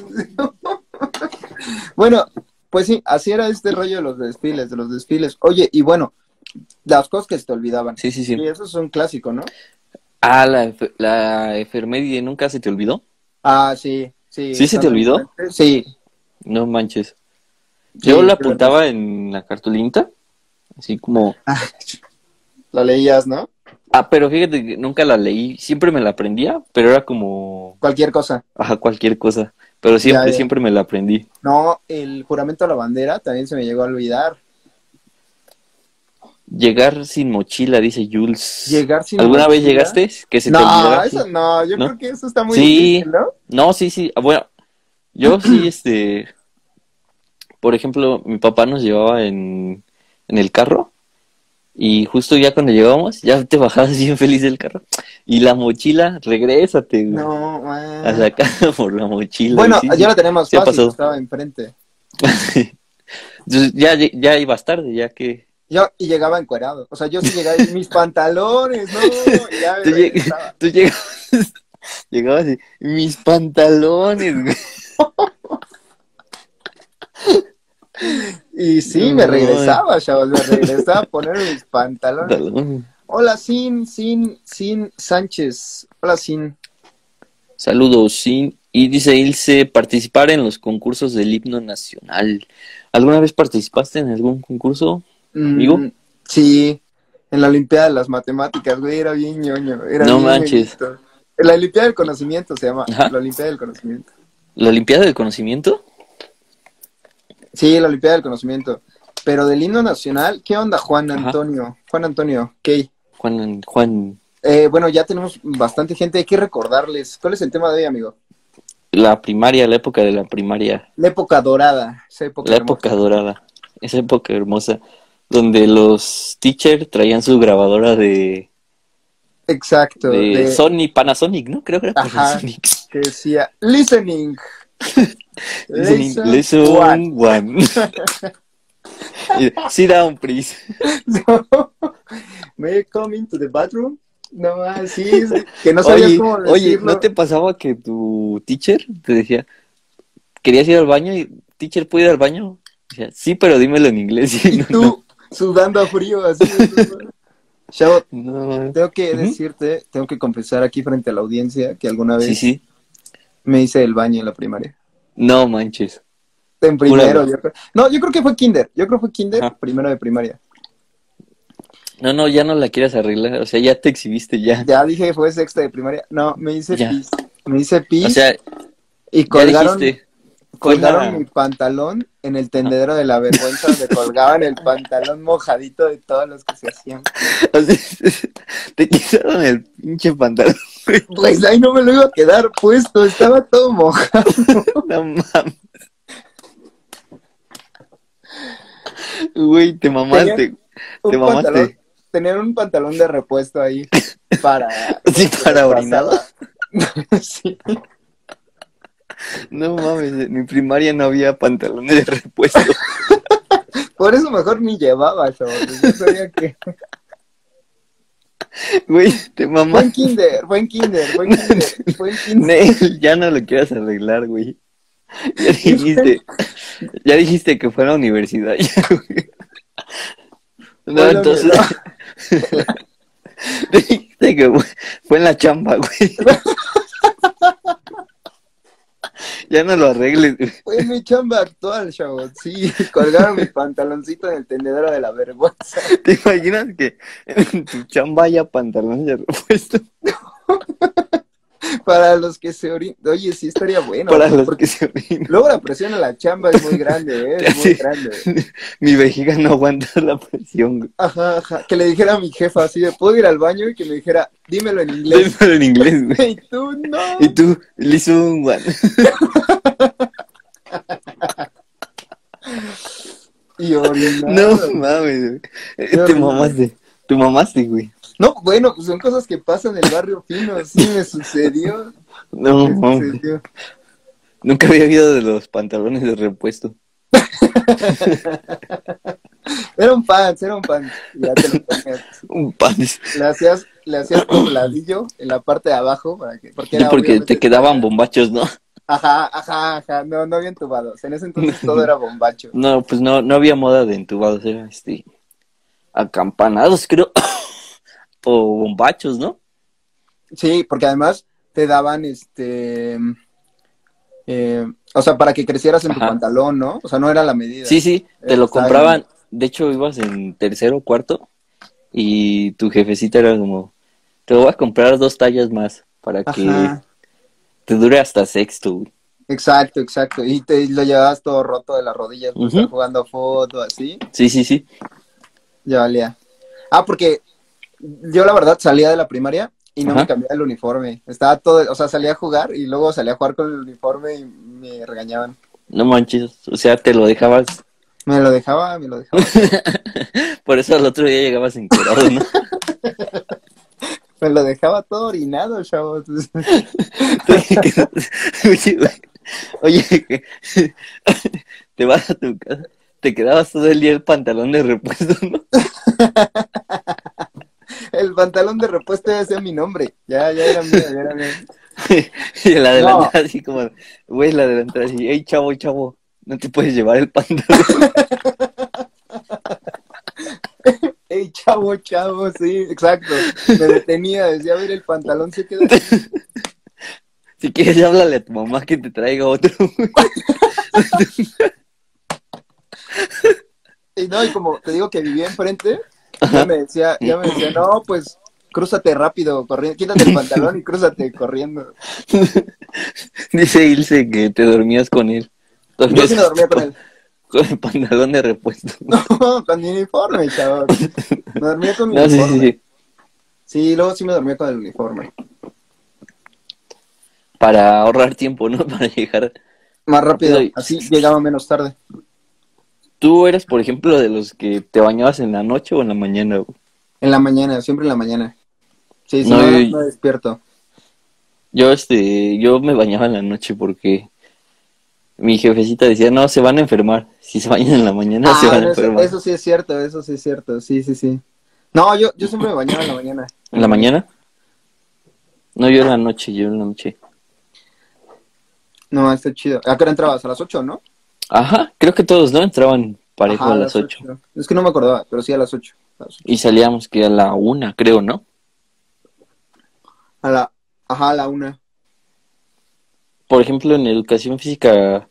Speaker 1: <laughs> bueno, pues sí, así era este rollo de los desfiles, de los desfiles. Oye, y bueno, las cosas que se te olvidaban.
Speaker 2: Sí, sí, sí.
Speaker 1: Y eso es un clásico, ¿no?
Speaker 2: Ah, la, enfer- la enfermería nunca se te olvidó.
Speaker 1: Ah, sí, sí.
Speaker 2: ¿Sí se te olvidó?
Speaker 1: Sí.
Speaker 2: No manches. Yo
Speaker 1: Sí,
Speaker 2: la
Speaker 1: claro.
Speaker 2: apuntaba en la cartulina, así como.
Speaker 1: La leías, ¿no?
Speaker 2: Ah, pero fíjate que nunca la leí, siempre me la aprendía, pero era como.
Speaker 1: Cualquier cosa.
Speaker 2: Ajá, cualquier cosa. Pero siempre,
Speaker 1: Ya, ya.
Speaker 2: siempre me la aprendí.
Speaker 1: No, el juramento a la bandera también se me llegó a olvidar.
Speaker 2: Llegar sin mochila, dice Jules.
Speaker 1: Llegar sin
Speaker 2: ¿Alguna vez
Speaker 1: mochila?
Speaker 2: llegaste? Que se te
Speaker 1: No,
Speaker 2: olvidara?
Speaker 1: eso no, yo
Speaker 2: ¿No?
Speaker 1: creo que eso está muy
Speaker 2: Sí.
Speaker 1: difícil, ¿no?
Speaker 2: No, sí, sí. Ah, Bueno,
Speaker 1: <clears throat>
Speaker 2: yo sí, este. Por ejemplo, mi papá nos llevaba en, en el carro. Y justo ya cuando llegábamos, ya te bajabas <laughs> bien feliz del carro. Y la mochila, regrésate, güey.
Speaker 1: No, ah.
Speaker 2: A la casa <laughs> por la mochila.
Speaker 1: Bueno,
Speaker 2: Sí, sí.
Speaker 1: yo la tenía más
Speaker 2: Sí,
Speaker 1: fácil,
Speaker 2: pasó.
Speaker 1: estaba enfrente.
Speaker 2: Entonces, ya, ya ibas tarde, ya que.
Speaker 1: Yo, y llegaba encuerado. O sea, yo sí llegaba en
Speaker 2: <laughs>
Speaker 1: mis pantalones, ¿no? Y ya me
Speaker 2: Tú, lleg-
Speaker 1: regresaba.
Speaker 2: tú <laughs> llegabas, llegabas y. Mis pantalones, güey.
Speaker 1: Y sí, me
Speaker 2: No.
Speaker 1: regresaba, chavos, me regresaba a poner mis
Speaker 2: <laughs>
Speaker 1: pantalones.
Speaker 2: Pantalón.
Speaker 1: Hola, Sin, Sin, Sin Sánchez. Hola, Sin.
Speaker 2: Saludos, sí. Y dice Ilse, participar en los concursos del himno nacional. ¿Alguna vez participaste en algún concurso?
Speaker 1: Mm,
Speaker 2: ¿Digo?
Speaker 1: Sí, en la Olimpiada de las Matemáticas, güey, era bien ñoño. Era
Speaker 2: No
Speaker 1: bien
Speaker 2: manches.
Speaker 1: ñoñito. La Olimpiada del Conocimiento se llama,
Speaker 2: Ajá.
Speaker 1: la Olimpiada del Conocimiento.
Speaker 2: ¿La Olimpiada del Conocimiento?
Speaker 1: Sí, la Olimpiada del Conocimiento. Pero del himno nacional, ¿qué onda, Juan
Speaker 2: Ajá.
Speaker 1: Antonio? Juan Antonio, ¿qué?
Speaker 2: Juan, Juan,
Speaker 1: Eh, bueno, ya tenemos bastante gente, hay que recordarles. ¿Cuál es el tema de hoy, amigo?
Speaker 2: la primaria, la época de la primaria,
Speaker 1: La época dorada, esa época
Speaker 2: la
Speaker 1: hermosa.
Speaker 2: época dorada, esa época hermosa, donde los teachers traían su grabadora de,
Speaker 1: Exacto,
Speaker 2: de
Speaker 1: de-
Speaker 2: Sony, Panasonic, ¿no? Creo que era
Speaker 1: Ajá.
Speaker 2: Panasonic.
Speaker 1: que decía listening.
Speaker 2: <laughs> Listening,
Speaker 1: Listen
Speaker 2: lesson
Speaker 1: one. <laughs>
Speaker 2: one. Y, Sit down, please.
Speaker 1: May I come into the bathroom? No, así es, que no sabías
Speaker 2: oye,
Speaker 1: cómo decirlo.
Speaker 2: oye, ¿no te pasaba que tu teacher te decía, querías ir al baño y teacher, ¿puedo ir al baño? Decía, sí, pero dímelo en inglés.
Speaker 1: <laughs>
Speaker 2: <laughs>
Speaker 1: Y
Speaker 2: no,
Speaker 1: tú sudando a frío, así. Chavo,
Speaker 2: no, no.
Speaker 1: tengo que
Speaker 2: Ujú.
Speaker 1: decirte, tengo que confesar aquí frente a la audiencia que alguna vez
Speaker 2: Sí, sí.
Speaker 1: me hice el baño en la primaria.
Speaker 2: No manches.
Speaker 1: En primero,
Speaker 2: Júralo.
Speaker 1: yo creo. No, yo creo que fue kinder. Yo creo que fue kinder,
Speaker 2: Ajá.
Speaker 1: primero de primaria.
Speaker 2: No, no, ya no la quieres arreglar. O sea, ya te exhibiste, ya.
Speaker 1: Ya dije que fue sexta de primaria. No, me hice
Speaker 2: Ya.
Speaker 1: pis. Me hice pis
Speaker 2: O sea,
Speaker 1: y
Speaker 2: ya
Speaker 1: colgaron,
Speaker 2: dijiste. <laughs> fue
Speaker 1: colgaron
Speaker 2: la-
Speaker 1: mi pantalón en el tendedero de la vergüenza donde colgaban <laughs> el pantalón mojadito de todos los que se hacían.
Speaker 2: o sea, te quitaron el pinche pantalón. <laughs>
Speaker 1: Pues ahí no me lo iba a quedar puesto, estaba todo mojado.
Speaker 2: No mames. Güey, te mamaste.
Speaker 1: Un
Speaker 2: Te mamaste.
Speaker 1: pantalón- tenían un pantalón de repuesto
Speaker 2: <laughs>
Speaker 1: ahí para... este,
Speaker 2: Sí, para orinar.
Speaker 1: sí.
Speaker 2: No mames, en mi primaria no había pantalones de repuesto.
Speaker 1: Por eso mejor ni llevaba, chaval. Yo sabía
Speaker 2: <laughs>
Speaker 1: que...
Speaker 2: Güey, te
Speaker 1: Fue en
Speaker 2: mamaste.
Speaker 1: kinder, fue en kinder, fue en kinder, fue en
Speaker 2: <laughs>
Speaker 1: kinder.
Speaker 2: Nel, ya no lo quieras arreglar, güey.
Speaker 1: <laughs>
Speaker 2: Ya dijiste, ya dijiste que fue a la universidad. ya, güey. No,
Speaker 1: Fue a la
Speaker 2: entonces. <laughs> dijiste que fue, fue en la chamba, güey. ya no lo arregles, güey.
Speaker 1: Fue mi chamba actual, chavos. Sí, colgaron mi pantaloncito en el tendedero de la vergüenza.
Speaker 2: ¿Te imaginas que en tu chamba haya pantalones de repuesto?
Speaker 1: para los que se orinan. Oye, sí estaría bueno.
Speaker 2: para
Speaker 1: güey,
Speaker 2: los
Speaker 1: porque
Speaker 2: que se orinan.
Speaker 1: luego la presión en la chamba es muy grande, ¿eh? Es muy
Speaker 2: Sí.
Speaker 1: grande.
Speaker 2: Mi vejiga no aguanta la presión. güey.
Speaker 1: Ajá, ajá. Que le dijera a mi jefa así de, ¿puedo ir al baño? Y que me dijera, dímelo en
Speaker 2: <laughs>
Speaker 1: inglés.
Speaker 2: Dímelo en inglés, güey.
Speaker 1: y tú, no.
Speaker 2: Y tú, Lizun, Juan.
Speaker 1: Y orinado.
Speaker 2: <laughs> No mames, güey. Eh, Te
Speaker 1: horrible.
Speaker 2: mamaste. Te mamaste, güey.
Speaker 1: No, bueno, pues son cosas que pasan en el barrio fino. Sí, me sucedió.
Speaker 2: No,
Speaker 1: me
Speaker 2: mames.
Speaker 1: sucedió.
Speaker 2: Nunca había habido de los pantalones de repuesto.
Speaker 1: Era un pan, era un pan. Ya te lo ponías.
Speaker 2: Un pants. <laughs>
Speaker 1: Le hacías, le hacías dobladillo en la parte de abajo. Para que, porque
Speaker 2: Sí,
Speaker 1: era
Speaker 2: porque
Speaker 1: obviamente-
Speaker 2: te quedaban bombachos, ¿no?
Speaker 1: Ajá, ajá, ajá. No, no había entubados. En ese entonces todo era bombacho.
Speaker 2: No, pues no, no había moda de entubados, era este acampanados, creo. <coughs> o bombachos, ¿no?
Speaker 1: Sí, porque además te daban este. eh, o sea, para que crecieras en tu
Speaker 2: Ajá.
Speaker 1: pantalón, ¿no? O sea, no era la medida.
Speaker 2: Sí, sí, te lo
Speaker 1: Está
Speaker 2: compraban. De hecho, ibas en tercero o cuarto y tu jefecita era como, te voy a comprar dos tallas más para
Speaker 1: Ajá.
Speaker 2: que te dure hasta sexto. güey".
Speaker 1: Exacto, exacto. Y te y lo llevabas todo roto de las rodillas, por
Speaker 2: Ujú.
Speaker 1: estar jugando a foto, así.
Speaker 2: Sí, sí, sí.
Speaker 1: Ya valía. Ah, porque yo la verdad salía de la primaria y no
Speaker 2: Ajá.
Speaker 1: me cambiaba el uniforme. Estaba todo, o sea, salía a jugar y luego salía a jugar con el uniforme y me regañaban.
Speaker 2: No manches, o sea, te lo dejabas.
Speaker 1: Me lo dejaba, me lo dejaba.
Speaker 2: Por eso al otro día llegabas encuerado,
Speaker 1: <laughs>
Speaker 2: ¿no?
Speaker 1: Me lo dejaba todo orinado, chavos.
Speaker 2: oye, güey, oye, que- <laughs> te vas a tu casa, te quedabas todo el día el pantalón de repuesto, ¿no? <laughs>
Speaker 1: El pantalón de repuesto ya decía mi nombre. Ya, ya era mío, ya era mío.
Speaker 2: Y la adelantada así como, güey, la adelantada así, hey, chavo, chavo, no te puedes llevar el pantalón. <laughs>
Speaker 1: Ey, chavo, chavo, sí, exacto. Me detenía, decía, a ver, el pantalón se quedó.
Speaker 2: Si quieres, háblale a tu mamá que te traiga otro. <laughs> güey.
Speaker 1: Y no, y como te digo que vivía enfrente, ya me decía, ya me decía, no, pues crúzate rápido, corriendo, quítate el pantalón y crúzate corriendo.
Speaker 2: Dice Ilse que te dormías con él.
Speaker 1: Yo sí me dormía con él.
Speaker 2: Con el pantalón de repuesto.
Speaker 1: No, <laughs> con mi uniforme, chavo. Me dormía con mi
Speaker 2: No, sí,
Speaker 1: uniforme.
Speaker 2: sí,
Speaker 1: Sí,
Speaker 2: sí.
Speaker 1: luego sí me dormía con el uniforme.
Speaker 2: Para ahorrar tiempo, ¿no? <laughs> Para llegar.
Speaker 1: Más rápido,
Speaker 2: Ay.
Speaker 1: así llegaba menos tarde.
Speaker 2: ¿Tú eres, por ejemplo, de los que te bañabas en la noche o en la mañana? güey?
Speaker 1: En la mañana, siempre en la mañana. Sí, sí,
Speaker 2: No,
Speaker 1: no,
Speaker 2: yo-
Speaker 1: no despierto.
Speaker 2: Yo, este, yo me bañaba en la noche porque mi jefecita decía, no, se van a enfermar. Si se bañan en la mañana,
Speaker 1: Ah,
Speaker 2: se van a
Speaker 1: bueno, eso,
Speaker 2: enfermar.
Speaker 1: eso sí es cierto, eso sí es cierto, sí, sí, sí. No, yo, yo siempre me bañaba en la mañana.
Speaker 2: ¿En la mañana? No, yo en la noche, yo en la noche.
Speaker 1: No, está chido. ¿A qué hora entrabas? ¿A las 8, no?
Speaker 2: Ajá, creo que todos, ¿no? Entraban parejo
Speaker 1: Ajá,
Speaker 2: a las ocho.
Speaker 1: ocho. Es que no me acordaba, pero sí a las 8.
Speaker 2: Y salíamos que a la una, creo, ¿no?
Speaker 1: A la, ajá, a la 1.
Speaker 2: Por ejemplo, en educación física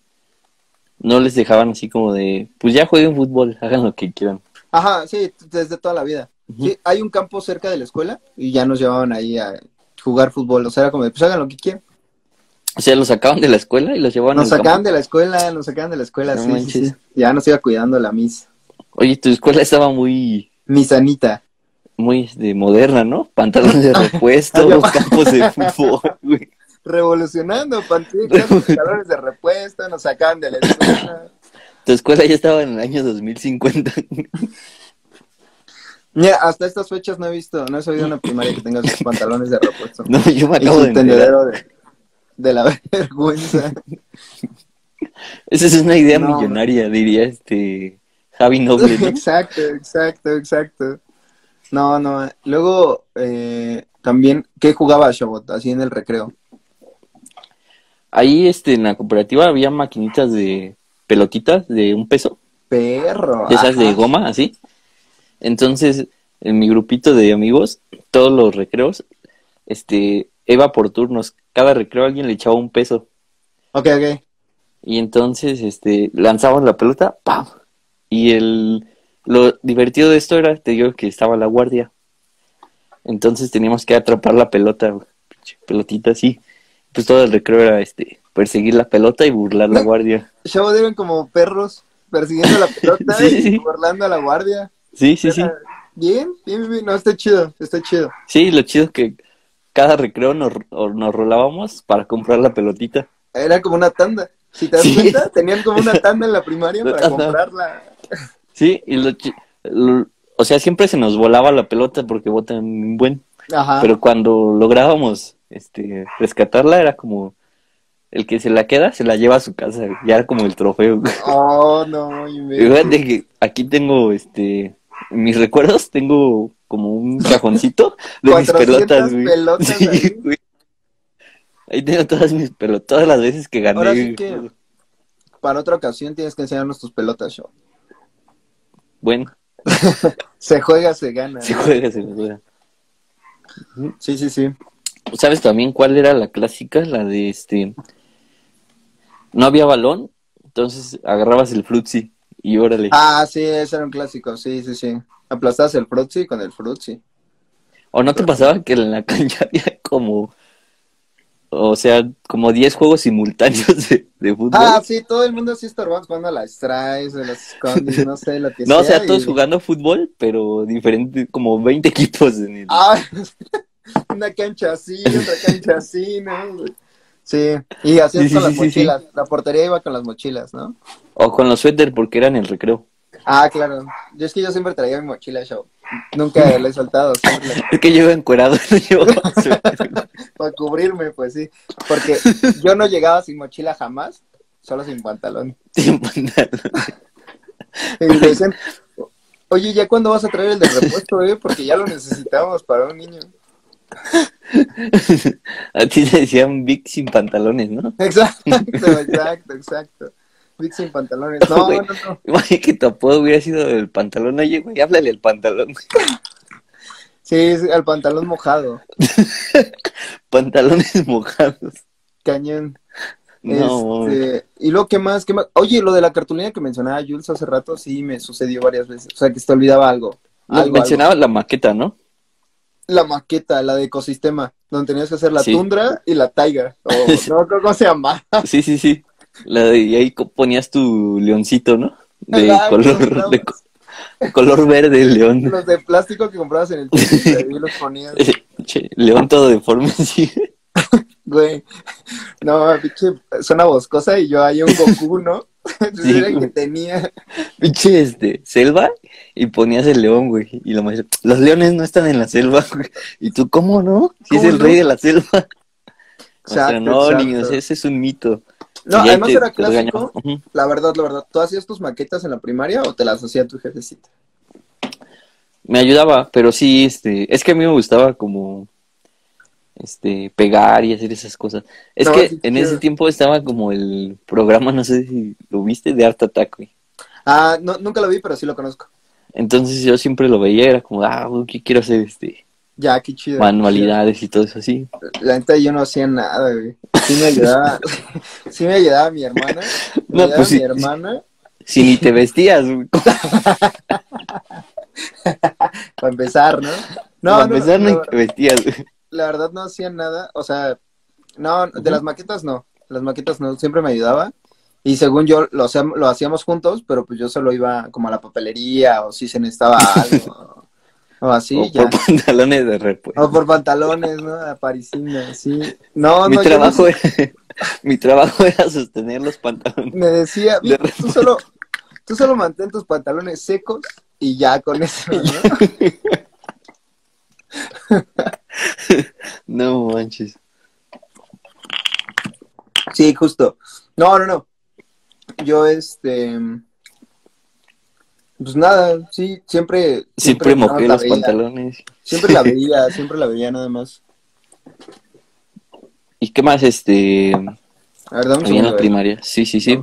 Speaker 2: no les dejaban así como de, pues ya jueguen fútbol, hagan lo que quieran.
Speaker 1: Ajá, sí, t- desde toda la vida. Sí, hay un campo cerca de la escuela y ya nos llevaban ahí a jugar fútbol. O sea, era como, de, pues hagan lo que quieran.
Speaker 2: O sea, los sacaban de la escuela y los llevaban
Speaker 1: nos
Speaker 2: al campo.
Speaker 1: sacaban de la escuela, nos sacaban de la escuela,
Speaker 2: No
Speaker 1: sí, sí,
Speaker 2: manches.
Speaker 1: sí. Ya nos iba cuidando la mis,
Speaker 2: Oye, tu escuela estaba muy,
Speaker 1: mis Anita.
Speaker 2: muy este, moderna, ¿no? Pantalones
Speaker 1: <laughs>
Speaker 2: de repuesto,
Speaker 1: Había- <laughs>
Speaker 2: campos de fútbol, güey.
Speaker 1: Revolucionando,
Speaker 2: <laughs>
Speaker 1: pantillas, calores de repuesto, nos sacaban de la escuela.
Speaker 2: Tu escuela ya estaba en el año 2050.
Speaker 1: Mira, hasta estas fechas no he visto, no he sabido una primaria que tenga sus pantalones de repuesto.
Speaker 2: <laughs> <laughs> No, yo me
Speaker 1: Y
Speaker 2: acabo de
Speaker 1: su
Speaker 2: enterar.
Speaker 1: tendedero de, de la <laughs> vergüenza.
Speaker 2: <laughs> Esa es una idea
Speaker 1: No.
Speaker 2: millonaria, diría este Javi Noble,
Speaker 1: <laughs>
Speaker 2: ¿no?
Speaker 1: exacto, exacto, exacto. No, no. Luego, eh, también, ¿qué jugaba Shabot? Así en el recreo.
Speaker 2: Ahí este, en la cooperativa había maquinitas de pelotitas de un peso.
Speaker 1: Perro.
Speaker 2: de esas
Speaker 1: ajá.
Speaker 2: de goma, así. Entonces, en mi grupito de amigos, todos los recreos, este, iba por turnos. Cada recreo alguien le echaba un peso.
Speaker 1: Ok, ok.
Speaker 2: Y entonces, este, lanzaban la pelota, ¡pam! Y el, lo divertido de esto era, te digo, que estaba la guardia. Entonces teníamos que atrapar la pelota, güey. Pinche pelotita así. pues todo el recreo era este, perseguir la pelota y burlar la guardia.
Speaker 1: Chavo eran como perros persiguiendo la pelota
Speaker 2: <laughs> Sí,
Speaker 1: y
Speaker 2: sí.
Speaker 1: burlando a la guardia.
Speaker 2: Sí, sí, sí.
Speaker 1: Era Bien, bien, bien, no, está chido, está chido.
Speaker 2: Sí, lo chido es que cada recreo nos, o- nos rolábamos para comprar la pelotita.
Speaker 1: Era como una tanda. Si te das
Speaker 2: Sí.
Speaker 1: cuenta, tenían como
Speaker 2: <laughs>
Speaker 1: una tanda en la primaria
Speaker 2: Una
Speaker 1: para
Speaker 2: tanda.
Speaker 1: comprarla.
Speaker 2: Sí, y lo, chi- lo- o sea, siempre se nos volaba la pelota porque botan un buen.
Speaker 1: Ajá.
Speaker 2: Pero cuando lográbamos este, rescatarla, era como el que se la queda, se la lleva a su casa. Ya era como el trofeo.
Speaker 1: Oh, no,
Speaker 2: Y
Speaker 1: inventes.
Speaker 2: fíjate que aquí tengo este, en mis recuerdos, tengo como un cajoncito de mis
Speaker 1: 400
Speaker 2: pelotas, güey.
Speaker 1: pelotas
Speaker 2: Sí,
Speaker 1: ahí.
Speaker 2: güey. Ahí tengo todas mis pelotas, todas las veces que gané.
Speaker 1: Ahora sí que-
Speaker 2: pues,
Speaker 1: Para otra ocasión tienes que enseñarnos tus pelotas, Chavo.
Speaker 2: Bueno, <laughs>
Speaker 1: Se juega, se gana.
Speaker 2: se juega, se juega.
Speaker 1: Sí, sí, sí.
Speaker 2: ¿Sabes también cuál era la clásica? La de este. No había balón, entonces agarrabas el frutzi y órale.
Speaker 1: Ah, sí, ese era un clásico, sí, sí, sí. Aplastabas el frutzi con el frutzi.
Speaker 2: ¿O no te pasaba que en la <laughs> cancha había como. O sea, como 10 juegos simultáneos de, de fútbol?
Speaker 1: Ah, sí, todo el mundo así estorbados jugando a las strikes, a las escondidas, no sé, la que
Speaker 2: <laughs> no, o sea,
Speaker 1: y-
Speaker 2: todos jugando fútbol, pero diferente, como 20 <laughs> equipos en el.
Speaker 1: Ah, <laughs> una cancha así, otra cancha así, ¿no? Sí, y así
Speaker 2: Sí,
Speaker 1: es
Speaker 2: sí,
Speaker 1: con las
Speaker 2: sí, sí,
Speaker 1: mochilas. La portería iba con las mochilas, ¿no?
Speaker 2: O con los suéter porque eran el recreo.
Speaker 1: Ah, claro. Yo es que yo siempre traía mi mochila, yo. Nunca la he soltado, siempre la-
Speaker 2: Es que yo iba encuerado, <laughs> no llevaba suéter. <laughs>
Speaker 1: para cubrirme, pues sí. Porque yo no llegaba sin mochila jamás, solo sin pantalón.
Speaker 2: sin pantalón.
Speaker 1: Y me decían, oye, ¿ya cuándo vas a traer el de repuesto, eh? Porque ya lo necesitamos para un niño.
Speaker 2: A ti te decían Vic sin pantalones, ¿no?
Speaker 1: Exacto, exacto, exacto. Vic sin pantalones. No,
Speaker 2: Güey.
Speaker 1: no, no.
Speaker 2: Imagínate que tu apodo hubiera sido el pantalón. Oye, güey, háblale al pantalón. <laughs> güey.
Speaker 1: Sí, sí, al pantalón mojado.
Speaker 2: Pantalones mojados.
Speaker 1: Cañón.
Speaker 2: No, güey.
Speaker 1: Este, y luego, ¿qué más? ¿Qué más? Oye, lo de la cartulina que mencionaba Jules hace rato, sí me sucedió varias veces. O sea, que se te olvidaba algo.
Speaker 2: Nos
Speaker 1: Algo, algo.
Speaker 2: mencionabas la maqueta, ¿no?
Speaker 1: La maqueta, la de ecosistema, donde tenías que hacer la
Speaker 2: Sí.
Speaker 1: tundra y la taiga.
Speaker 2: <laughs>
Speaker 1: O, no, ¿cómo se llama?
Speaker 2: Sí, sí, sí. La de, y ahí co- ponías tu leoncito, ¿no? De
Speaker 1: Ah,
Speaker 2: color,
Speaker 1: no,
Speaker 2: de co- color verde, el león.
Speaker 1: Los de plástico que comprabas
Speaker 2: <laughs>
Speaker 1: en el tianguis, ahí los ponías.
Speaker 2: Ese, che, león todo deforme, <laughs> sí.
Speaker 1: Güey, no, pinche, suena boscosa y yo ahí un Goku, ¿no? <laughs> Entonces
Speaker 2: Sí,
Speaker 1: era el que
Speaker 2: güey.
Speaker 1: tenía.
Speaker 2: Pinche, este, selva, y ponías el león, güey. Y la maestra, los leones no están en la selva, güey. Y tú, ¿cómo no? Si es
Speaker 1: ¿Cómo
Speaker 2: el
Speaker 1: no?
Speaker 2: rey de la selva. O sea,
Speaker 1: Exacto,
Speaker 2: no,
Speaker 1: exacto.
Speaker 2: niños, ese es un mito.
Speaker 1: No,
Speaker 2: Y ahí
Speaker 1: además
Speaker 2: te-
Speaker 1: era
Speaker 2: te regañaban.
Speaker 1: clásico.
Speaker 2: Ujú.
Speaker 1: La verdad, la verdad, ¿tú hacías tus maquetas en la primaria o te las hacía tu jefecita?
Speaker 2: Me ayudaba, pero sí, este, es que a mí me gustaba como, este, pegar y hacer esas cosas. Es
Speaker 1: No,
Speaker 2: que
Speaker 1: sí,
Speaker 2: en
Speaker 1: sí.
Speaker 2: ese tiempo estaba como el programa, no sé si lo viste, de Art Attack, güey.
Speaker 1: Ah, no, nunca lo vi, pero sí lo conozco.
Speaker 2: Entonces yo siempre lo veía, era como, ah, güey, ¿qué quiero hacer? Este,
Speaker 1: Ya, qué chido.
Speaker 2: manualidades y todo eso así.
Speaker 1: La neta, yo no hacía nada, güey. Sí me ayudaba, <laughs> sí me ayudaba mi hermana. Me
Speaker 2: No,
Speaker 1: ayudaba
Speaker 2: pues sí.
Speaker 1: mi hermana
Speaker 2: Si ni
Speaker 1: <laughs>
Speaker 2: te vestías, güey.
Speaker 1: para empezar, ¿no? No,
Speaker 2: Para
Speaker 1: no,
Speaker 2: empezar,
Speaker 1: no,
Speaker 2: ni te vestías, güey.
Speaker 1: la verdad no hacía nada, o sea, no, de las maquetas no, las maquetas no, siempre me ayudaba. Y según yo, lo, hacíamos- lo hacíamos juntos, pero pues yo solo iba como a la papelería o si se necesitaba
Speaker 2: <laughs>
Speaker 1: algo o así.
Speaker 2: O
Speaker 1: ya.
Speaker 2: por <laughs> pantalones de pues. repuesto.
Speaker 1: O por pantalones, ¿no? A parisina, sí. No,
Speaker 2: mi
Speaker 1: no, yo
Speaker 2: trabajo era, <laughs> mi trabajo era sostener los pantalones.
Speaker 1: me decía,
Speaker 2: De
Speaker 1: "Vic, tú solo, tú solo mantén tus pantalones secos y ya con eso,
Speaker 2: <laughs>
Speaker 1: ¿no?
Speaker 2: No manches.
Speaker 1: Sí, justo. No, no, no. Yo, este... Pues nada, sí, siempre...
Speaker 2: Siempre
Speaker 1: nada más
Speaker 2: mojé
Speaker 1: la
Speaker 2: los
Speaker 1: veía.
Speaker 2: pantalones.
Speaker 1: Siempre
Speaker 2: <laughs>
Speaker 1: la veía, siempre la veía nada más.
Speaker 2: ¿Y qué más este
Speaker 1: A ver, dame un
Speaker 2: había en la
Speaker 1: segundo. eh.
Speaker 2: primaria? Sí, sí, <laughs> sí.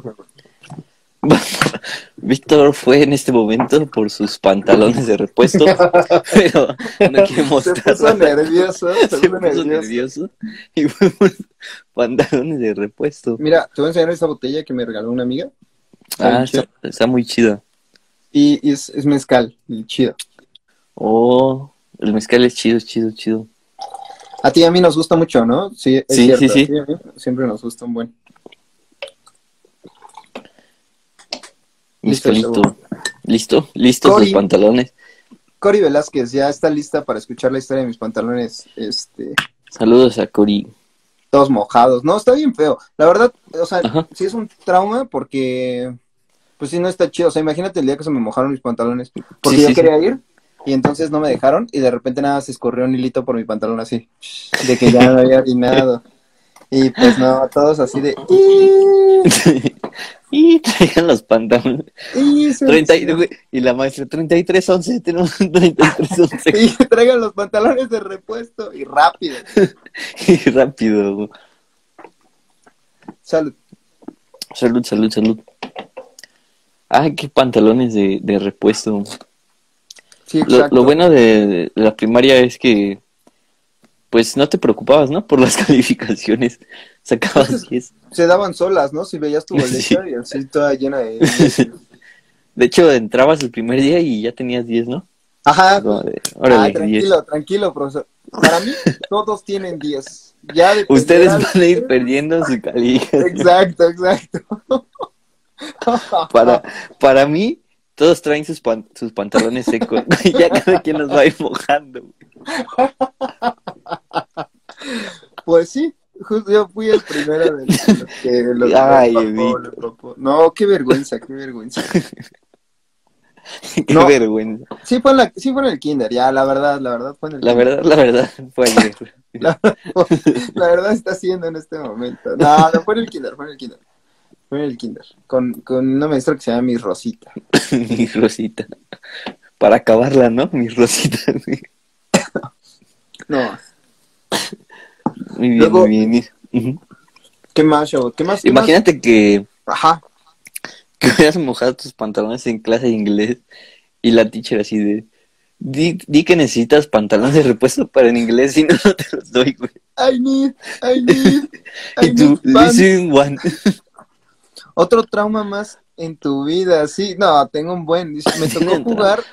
Speaker 2: Víctor fue en este momento por sus pantalones
Speaker 1: <laughs>
Speaker 2: de repuesto, pero no
Speaker 1: Se
Speaker 2: quiere mostrar.
Speaker 1: puso nervioso,
Speaker 2: <laughs>
Speaker 1: se puso nervioso.
Speaker 2: nervioso y fue por pantalones de repuesto.
Speaker 1: Mira, te voy a enseñar esta botella que me regaló una amiga.
Speaker 2: Ah, está, está muy chida.
Speaker 1: Y, y es, es mezcal, y chido.
Speaker 2: Oh, el mezcal es chido, chido, chido.
Speaker 1: A ti y a mí nos gusta mucho, ¿no? Sí, es
Speaker 2: Sí,
Speaker 1: cierto.
Speaker 2: sí, sí.
Speaker 1: A ti y a mí siempre nos gusta un buen.
Speaker 2: Mis
Speaker 1: Listo,
Speaker 2: pelitos.
Speaker 1: chavo.
Speaker 2: ¿Listo? ¿Listos los
Speaker 1: Cory.
Speaker 2: pantalones?
Speaker 1: Cori Velázquez ya está lista para escuchar la historia de mis pantalones, este,
Speaker 2: Saludos a Cori. <laughs>
Speaker 1: todos mojados. No, está bien feo. La verdad, o sea,
Speaker 2: Ajá.
Speaker 1: sí es un trauma porque, pues sí, no está chido. O sea, imagínate el día que se me mojaron mis pantalones. Porque
Speaker 2: Sí,
Speaker 1: yo
Speaker 2: sí,
Speaker 1: quería ir y entonces no me dejaron y de repente nada se escorrió un hilito por mi pantalón así, de que ya me había orinado. Y pues no, todos así de... "Ih,
Speaker 2: y traigan los pantalones.
Speaker 1: ih, se-
Speaker 2: 30 y, güey, y la maestra, 3311, tenemos un 3311. <laughs>
Speaker 1: Y traigan los pantalones de repuesto y rápido.
Speaker 2: <laughs> y rápido. güey.
Speaker 1: Salud.
Speaker 2: Salud, salud, salud. Ay, qué pantalones de, de repuesto.
Speaker 1: Sí,
Speaker 2: Lo,
Speaker 1: exacto.
Speaker 2: lo bueno de, de la primaria es que, pues no te preocupabas, ¿no? Por las <laughs> calificaciones. Sacabas 10.
Speaker 1: Se daban solas, ¿no? Si veías tu boleta
Speaker 2: <laughs> Sí.
Speaker 1: y así toda llena
Speaker 2: <laughs>
Speaker 1: de...
Speaker 2: De hecho, entrabas el primer día y ya tenías 10, ¿no?
Speaker 1: Ajá.
Speaker 2: Como de,
Speaker 1: Ah,
Speaker 2: órale, 10.
Speaker 1: tranquilo, tranquilo, profesor. Para mí, todos tienen 10. Ya dependerá
Speaker 2: Ustedes
Speaker 1: de-
Speaker 2: van a ir perdiendo su calificación.
Speaker 1: <laughs> Exacto, exacto.
Speaker 2: <laughs> Para, para mí, todos traen sus, pan- sus pantalones secos. <laughs> ya cada quien los va a ir mojando. <laughs>
Speaker 1: Pues sí, justo yo fui el primero de los que lo- lo
Speaker 2: Ay,
Speaker 1: empapó,
Speaker 2: Evita.
Speaker 1: lo empapó. No, qué vergüenza, qué vergüenza.
Speaker 2: Qué
Speaker 1: No.
Speaker 2: vergüenza.
Speaker 1: Sí fue, en la, sí fue en el kinder, ya, la verdad, la verdad fue en el
Speaker 2: La
Speaker 1: kinder.
Speaker 2: verdad, la verdad, <laughs> fue ayer.
Speaker 1: <laughs> La verdad está siendo en este momento. No, no fue en el kinder, fue en el kinder. Fue en el kinder. Con, con una maestra que se llama Miss Rosita.
Speaker 2: Mi Rosita. Para acabarla, ¿no? Mi Rosita. <laughs>
Speaker 1: No,
Speaker 2: Muy bien,
Speaker 1: Luego-
Speaker 2: muy bien. Ujú.
Speaker 1: ¿qué más, chavo? ¿Qué más? qué más?
Speaker 2: Imagínate que,
Speaker 1: Ajá.
Speaker 2: que hubieras mojado tus pantalones en clase de inglés y la teacher así de... Di, di que necesitas pantalones de repuesto para en inglés, si no, <laughs> no te los doy, güey.
Speaker 1: I need, <laughs> I need, I
Speaker 2: Y tú,
Speaker 1: need pants.
Speaker 2: listen one.
Speaker 1: Otro trauma más en tu vida, sí. No, tengo un buen. Dice,
Speaker 2: <laughs>
Speaker 1: me tocó jugar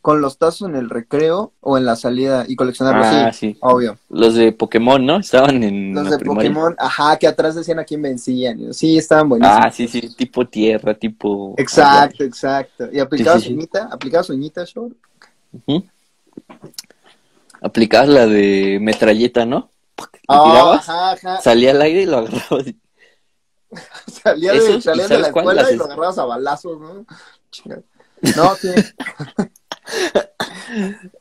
Speaker 1: con los tazos en el recreo o en la salida y coleccionarlos,
Speaker 2: Ah,
Speaker 1: pues sí,
Speaker 2: sí.
Speaker 1: Obvio.
Speaker 2: Los de Pokémon, ¿no? Estaban en
Speaker 1: Los
Speaker 2: la
Speaker 1: de
Speaker 2: primaria.
Speaker 1: Pokémon, ajá, que atrás decían a quién vencían. Sí, estaban buenísimos.
Speaker 2: Ah, sí, sí, tipo tierra, tipo...
Speaker 1: Exacto, exacto. Y aplicaba
Speaker 2: Sí, sí, sí.
Speaker 1: suñita, aplicaba suñita, short.
Speaker 2: Ujú. Aplicabas la de metralleta, ¿no? Pac, te
Speaker 1: Ah,
Speaker 2: tirabas,
Speaker 1: ajá, ajá.
Speaker 2: salía al aire y lo agarrabas.
Speaker 1: <laughs> Este, Salía de,
Speaker 2: Esos, ¿y
Speaker 1: salías de
Speaker 2: sabes
Speaker 1: la
Speaker 2: cuál?
Speaker 1: escuela
Speaker 2: Las
Speaker 1: y lo
Speaker 2: es-
Speaker 1: agarrabas a balazos, ¿no?
Speaker 2: <laughs>
Speaker 1: Chinga. No, sí.
Speaker 2: Los
Speaker 1: <laughs>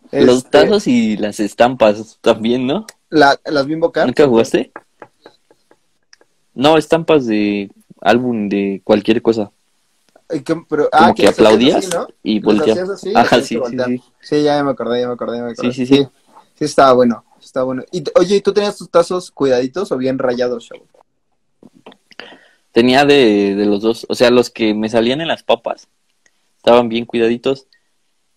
Speaker 1: Este,
Speaker 2: tazos y las estampas también, ¿no?
Speaker 1: la- las Bimbo Card.
Speaker 2: ¿Nunca jugaste? No, estampas de álbum de cualquier cosa.
Speaker 1: Ay, que- pero-
Speaker 2: Como
Speaker 1: ah,
Speaker 2: que,
Speaker 1: las hacías
Speaker 2: aplaudías
Speaker 1: así, ¿no?
Speaker 2: y
Speaker 1: Los
Speaker 2: volteabas.
Speaker 1: hacías así, los
Speaker 2: Ajá,
Speaker 1: tenías que
Speaker 2: sí, sí,
Speaker 1: voltear.
Speaker 2: sí.
Speaker 1: Sí, ya me acordé, ya me acordé, ya me acordé.
Speaker 2: Sí, sí, sí.
Speaker 1: Sí, sí estaba bueno, estaba bueno. Y, oye, ¿y tú tenías tus tazos cuidaditos o bien rayados, chavo?
Speaker 2: Tenía de, de los dos. O sea, los que me salían en las papas estaban bien cuidaditos.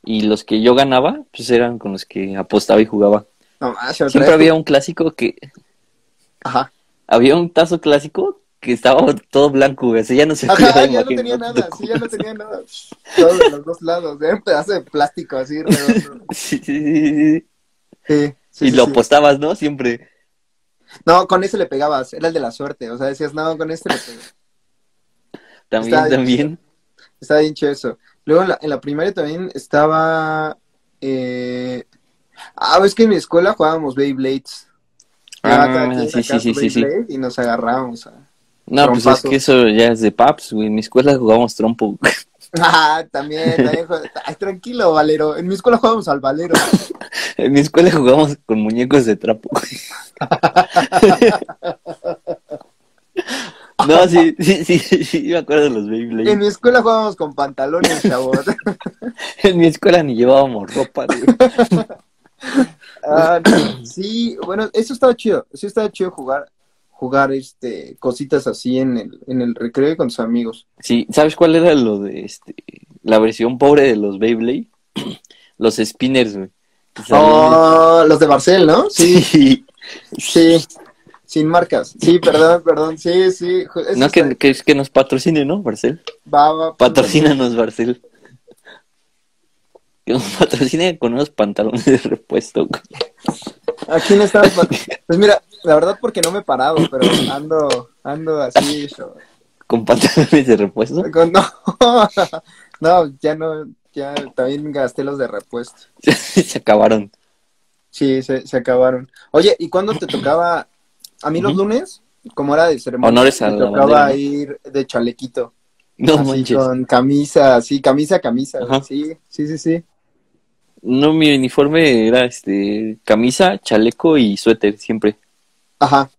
Speaker 2: Y los que yo ganaba, pues eran con los que apostaba y jugaba.
Speaker 1: No, ah, más, chavo,
Speaker 2: Siempre
Speaker 1: traías
Speaker 2: había un clásico que.
Speaker 1: tu-
Speaker 2: <laughs>
Speaker 1: Ajá.
Speaker 2: Había un tazo clásico que estaba todo blanco, güey. Así ya no se
Speaker 1: Ajá,
Speaker 2: podía
Speaker 1: ya no
Speaker 2: imaginar
Speaker 1: tenía nada,
Speaker 2: tu
Speaker 1: sí, ya no tenía nada. Todos de los dos lados, era un pedazo de plástico así
Speaker 2: <laughs>
Speaker 1: redondo.
Speaker 2: Sí, sí, sí, sí, sí.
Speaker 1: Sí, sí,
Speaker 2: y
Speaker 1: sí,
Speaker 2: lo
Speaker 1: sí.
Speaker 2: apostabas, ¿no? Siempre.
Speaker 1: No, con ese le pegabas, era el de la suerte, o sea, decías, no, con este le pego.
Speaker 2: También,
Speaker 1: Estaba bien
Speaker 2: también.
Speaker 1: Está bien chido eso. Luego en la, en la primaria también estaba. Eh... Ah, es que en mi escuela jugábamos Beyblades.
Speaker 2: Ah,
Speaker 1: Llevaba cada quien
Speaker 2: sí, sí,
Speaker 1: acá su
Speaker 2: sí, sí, sí.
Speaker 1: Beyblade Y nos agarrábamos. a- <laughs>
Speaker 2: No, pues es
Speaker 1: Trompazo.
Speaker 2: que eso ya es de paps, güey. En mi escuela jugábamos trompo.
Speaker 1: Ah, también, también. jue- <laughs> Ay, tranquilo, Valero. En mi escuela jugábamos al Valero.
Speaker 2: <laughs> En mi escuela jugábamos con muñecos de trapo, güey. <laughs> No, sí, sí, sí, sí, me acuerdo de los
Speaker 1: En
Speaker 2: Beyblades.
Speaker 1: mi escuela jugábamos con
Speaker 2: <laughs>
Speaker 1: pantalones, chavos.
Speaker 2: En mi escuela ni llevábamos ropa, güey.
Speaker 1: Ah, no, sí, bueno, eso estaba chido. Eso estaba chido jugar jugar este cositas así en el, en el recreo y con tus amigos.
Speaker 2: Sí, ¿sabes cuál era lo de este? La versión pobre de los Beyblade? <clears throat> Los spinners, güey. Que salían
Speaker 1: Oh, los de Barcel, ¿no?
Speaker 2: de- <laughs> sí.
Speaker 1: Sí, sin marcas. Sí, perdón, perdón. Sí, sí. ju- eso
Speaker 2: No,
Speaker 1: está-
Speaker 2: que, que, que nos patrocine, ¿no, Barcel?
Speaker 1: va, va,
Speaker 2: Patrocínanos, Barcel. Que nos patrocine con unos pantalones de repuesto, güey.
Speaker 1: ¿A quién estabas? Pues mira, la verdad porque no me he parado, pero ando, ando así. yo-
Speaker 2: ¿Con pantalones de repuesto? <laughs>
Speaker 1: con- No, <laughs> no, ya no, ya también gasté los de repuesto.
Speaker 2: Se acabaron.
Speaker 1: Sí, se, se acabaron. Oye, ¿y cuándo te tocaba? A mí los
Speaker 2: Ujú.
Speaker 1: lunes, como era de ceremonia,
Speaker 2: Honores a
Speaker 1: me
Speaker 2: la
Speaker 1: tocaba
Speaker 2: bandera, ¿no?
Speaker 1: ir de chalequito,
Speaker 2: No
Speaker 1: así
Speaker 2: manches.
Speaker 1: con camisa, sí, camisa, camisa,
Speaker 2: Ajá.
Speaker 1: sí, sí, sí, sí.
Speaker 2: No, mi uniforme era este camisa, chaleco y suéter siempre,
Speaker 1: Ajá,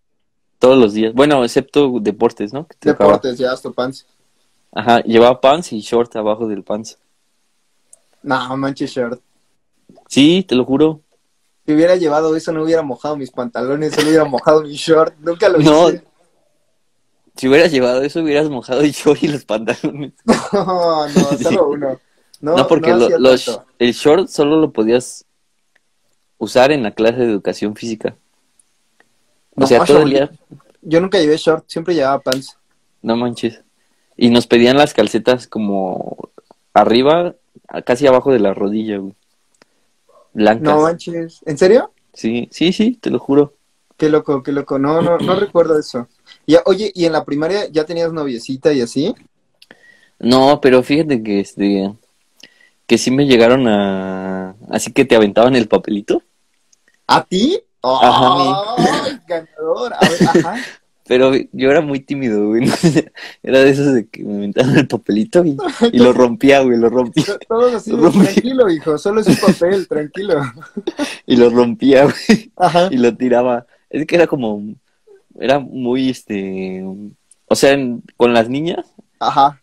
Speaker 2: todos los días. Bueno, excepto deportes, ¿no? Que te tocaba.
Speaker 1: deportes, ya, hasta pants.
Speaker 2: Ajá, llevaba pants y short abajo del pants.
Speaker 1: No, manches, short.
Speaker 2: Sí, te lo juro.
Speaker 1: Si hubiera llevado eso, no hubiera mojado mis pantalones, solo hubiera mojado mi short. Nunca lo
Speaker 2: No.
Speaker 1: hice. <laughs>
Speaker 2: Si hubieras llevado eso, hubieras mojado el short y los pantalones.
Speaker 1: No, no,
Speaker 2: <laughs> Sí.
Speaker 1: solo uno. No,
Speaker 2: No, porque lo-
Speaker 1: hacía
Speaker 2: los-
Speaker 1: tanto.
Speaker 2: el short solo lo podías usar en la clase de educación física. O
Speaker 1: No,
Speaker 2: sea, todo el
Speaker 1: Shaolin.
Speaker 2: día,
Speaker 1: Yo nunca llevé short, siempre llevaba pants.
Speaker 2: no manches. Y nos pedían las calcetas como arriba, a- casi abajo de la rodilla, güey. Blancas.
Speaker 1: No manches. ¿En serio?
Speaker 2: Sí, sí, sí, te lo juro.
Speaker 1: Qué loco, qué loco. No, no, no recuerdo eso. Ya, oye, ¿y en la primaria ya tenías noviecita y así?
Speaker 2: No, pero fíjate que este que sí me llegaron a así que te aventaban el papelito,
Speaker 1: ¿A ti?
Speaker 2: Ajá, a
Speaker 1: ¡Ay, ganador! A ver, ajá.
Speaker 2: <laughs> pero yo era muy tímido, güey. <laughs> no sé, Era de esos de que me aventaban el papelito y, y lo rompía, güey, lo rompía
Speaker 1: To- Todos así, de,
Speaker 2: Rubén.
Speaker 1: tranquilo, hijo, solo es un papel,
Speaker 2: <laughs>
Speaker 1: tranquilo.
Speaker 2: y lo rompía, güey,
Speaker 1: Ajá.
Speaker 2: y lo tiraba. Es que era como era muy este, o sea, en- con las niñas
Speaker 1: Ajá.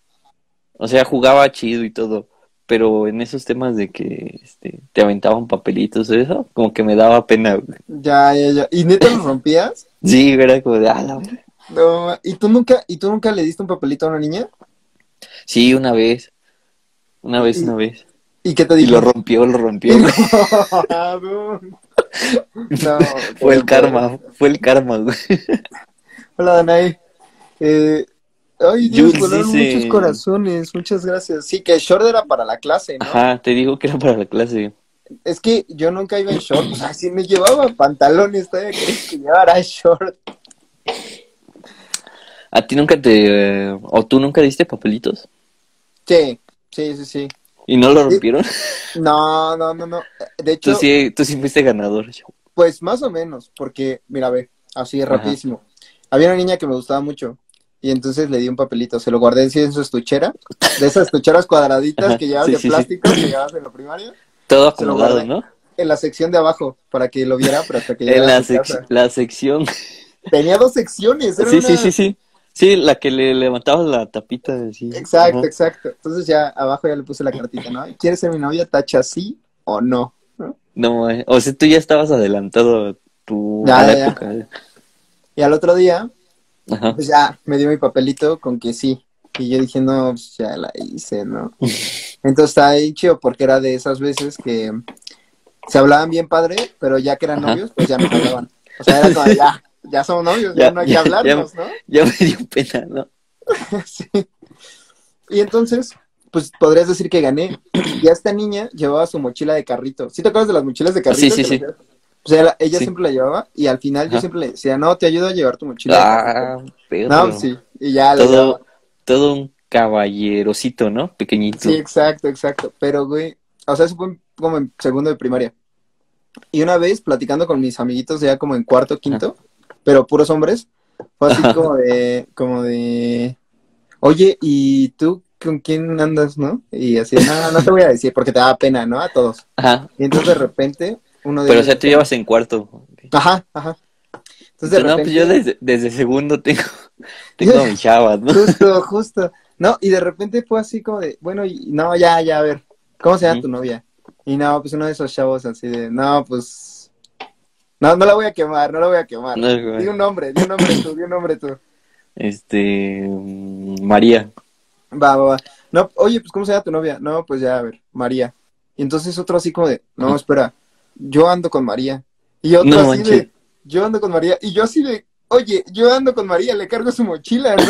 Speaker 2: O sea, jugaba chido y todo, pero en esos temas de que este, te aventaban papelitos, eso, como que me daba pena. güey.
Speaker 1: Ya, ya, ya. ¿Y neta los rompías?
Speaker 2: Sí, era como de, "Ah, la verga".
Speaker 1: No, ma- ¿y tú nunca, y tú nunca le diste un papelito a una niña?
Speaker 2: Sí, una vez, una vez, una vez.
Speaker 1: ¿Y qué te
Speaker 2: Y
Speaker 1: dijo?
Speaker 2: lo rompió, lo rompió. güey.
Speaker 1: <laughs> no,
Speaker 2: <laughs> Fue el
Speaker 1: <laughs> pero-
Speaker 2: karma, fue el karma, güey.
Speaker 1: Hola, Danae. Eh, ay, Dios,
Speaker 2: Jules
Speaker 1: volaron
Speaker 2: dice-
Speaker 1: muchos corazones. Muchas gracias. Sí, que el short era para la clase, ¿no?
Speaker 2: Ajá, te digo que era para la clase.
Speaker 1: Es que yo nunca iba en short. O sea, si me llevaba pantalones, todavía crees que llevara <laughs> short.
Speaker 2: ¿A ti nunca te... eh, o tú nunca diste papelitos?
Speaker 1: Sí, sí, sí, sí.
Speaker 2: ¿Y no lo rompieron?
Speaker 1: No, no, no, no. De
Speaker 2: Tú
Speaker 1: hecho,
Speaker 2: sí, tú sí fuiste ganador.
Speaker 1: pues más o menos, porque, mira, ve, así
Speaker 2: Ajá.
Speaker 1: rapidísimo. Había una niña que me gustaba mucho. Y entonces le di un papelito, se lo guardé en sí en su estuchera, de esas estucheras cuadraditas
Speaker 2: Ajá,
Speaker 1: que llevas
Speaker 2: sí,
Speaker 1: de
Speaker 2: sí, sí.
Speaker 1: plástico, que llevabas en la primaria.
Speaker 2: Todo
Speaker 1: Se lo
Speaker 2: acomodado,
Speaker 1: guardé.
Speaker 2: ¿no?
Speaker 1: en la sección de abajo para que lo viera, pero hasta que
Speaker 2: <laughs> En
Speaker 1: llegara a
Speaker 2: la,
Speaker 1: su casa.
Speaker 2: sec- la sección.
Speaker 1: Tenía dos secciones, era
Speaker 2: Sí,
Speaker 1: una-
Speaker 2: sí, sí, sí. Sí, la que le levantabas la tapita. así.
Speaker 1: Exacto,
Speaker 2: Ajá.
Speaker 1: exacto. Entonces ya abajo ya le puse la cartita, ¿no? ¿Quieres ser mi novia? Tacha sí o no. ¿no?
Speaker 2: No, eh, o sea, tú ya estabas adelantado a tu
Speaker 1: Ya,
Speaker 2: a la
Speaker 1: ya, ya.
Speaker 2: época.
Speaker 1: Y al otro día,
Speaker 2: Ajá.
Speaker 1: pues ya me dio mi papelito con que sí. Y yo dije, no, pues ya la hice,
Speaker 2: <laughs>
Speaker 1: ¿no? Entonces está ahí chido porque era de esas veces que se hablaban bien padre, pero ya que eran
Speaker 2: Ajá.
Speaker 1: novios, pues ya no hablaban. O sea, era como, ya, ya somos novios, ya,
Speaker 2: Ya,
Speaker 1: no hay que
Speaker 2: ya,
Speaker 1: hablarnos, ¿no?
Speaker 2: Ya me dio pena, ¿no?
Speaker 1: Sí. Y entonces, pues podrías decir que gané. Y a esta niña llevaba su mochila de carrito. ¿Sí te acuerdas de las mochilas de carrito?
Speaker 2: Sí, sí,
Speaker 1: Que
Speaker 2: sí.
Speaker 1: las llevas? O sea, la- ella
Speaker 2: Sí.
Speaker 1: siempre la llevaba y al final yo
Speaker 2: Ajá.
Speaker 1: siempre le decía, no, te ayudo a llevar tu mochila. de
Speaker 2: Ah,
Speaker 1: carrito".
Speaker 2: pero
Speaker 1: no, sí. Y ya la llevaba.
Speaker 2: todo, todo un caballerosito, ¿no? Pequeñito.
Speaker 1: Sí, exacto, exacto. Pero, güey, o sea, eso fue en- como en segundo de primaria. Y una vez, platicando con mis amiguitos, ya como en cuarto, quinto, pero puros hombres, fue así como de, como de, oye, ¿y tú con quién andas, no? Y así, no, no te voy a decir porque te da pena, ¿no? A todos.
Speaker 2: Ajá.
Speaker 1: Y entonces de repente, uno de
Speaker 2: Pero, o
Speaker 1: ellos
Speaker 2: sea, tú
Speaker 1: dijo,
Speaker 2: llevas en cuarto.
Speaker 1: Ajá, ajá. Entonces de
Speaker 2: no,
Speaker 1: repente,
Speaker 2: pues yo desde, desde
Speaker 1: <laughs>
Speaker 2: segundo tengo, tengo a mis chavas, ¿no?
Speaker 1: justo, justo. No, y de repente fue así como de, bueno, y, no, ya, ya, a ver, ¿cómo se llama
Speaker 2: Ujú.
Speaker 1: tu novia? Y no, pues uno de esos chavos así de, no, pues, no, no la voy a quemar, no la voy a quemar.
Speaker 2: No, güey.
Speaker 1: Di un nombre, di un nombre tú, di un nombre tú.
Speaker 2: Este. mm, María.
Speaker 1: Va, va, va. No, oye, pues, ¿cómo se llama tu novia? No, pues ya, a ver, María. Y entonces otro así como de, no,
Speaker 2: Ajá.
Speaker 1: espera, yo ando con María. Y otro
Speaker 2: No
Speaker 1: así
Speaker 2: manches.
Speaker 1: de, yo ando con María. Y yo así de, oye, yo ando con María, le cargo su mochila,
Speaker 2: <laughs>
Speaker 1: ¿no?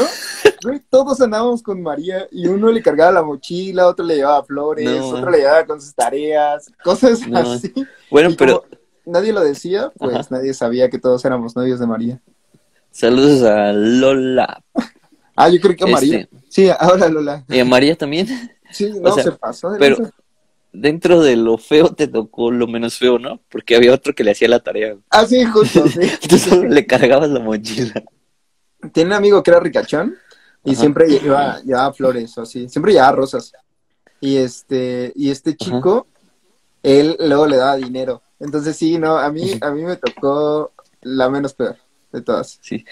Speaker 1: Güey, Todos andábamos con María y uno le cargaba la mochila, otro le llevaba flores,
Speaker 2: No,
Speaker 1: otro
Speaker 2: man.
Speaker 1: le llevaba con sus tareas, cosas
Speaker 2: No,
Speaker 1: así.
Speaker 2: Bueno,
Speaker 1: Y
Speaker 2: pero
Speaker 1: como- nadie lo decía, pues
Speaker 2: Ajá.
Speaker 1: nadie sabía que todos éramos novios de María.
Speaker 2: Saludos a Lola.
Speaker 1: Ah, yo creo que a
Speaker 2: Este.
Speaker 1: María. Sí, ahora Lola.
Speaker 2: Y a María también. <laughs>
Speaker 1: Sí, no,
Speaker 2: sea,
Speaker 1: se pasó. de
Speaker 2: Pero
Speaker 1: lanza.
Speaker 2: dentro de lo feo te tocó lo menos feo, ¿no? Porque había otro que le hacía la tarea. <laughs>
Speaker 1: Ah, sí, justo, sí.
Speaker 2: Tú solo le cargabas la mochila.
Speaker 1: <laughs> Tiene un amigo que era ricachón y
Speaker 2: Ajá.
Speaker 1: siempre llevaba, llevaba flores o así, siempre llevaba rosas. Y este, y este chico, él luego le daba dinero. Entonces sí, no, a mí, a mí me tocó la menos peor de todas.
Speaker 2: Sí.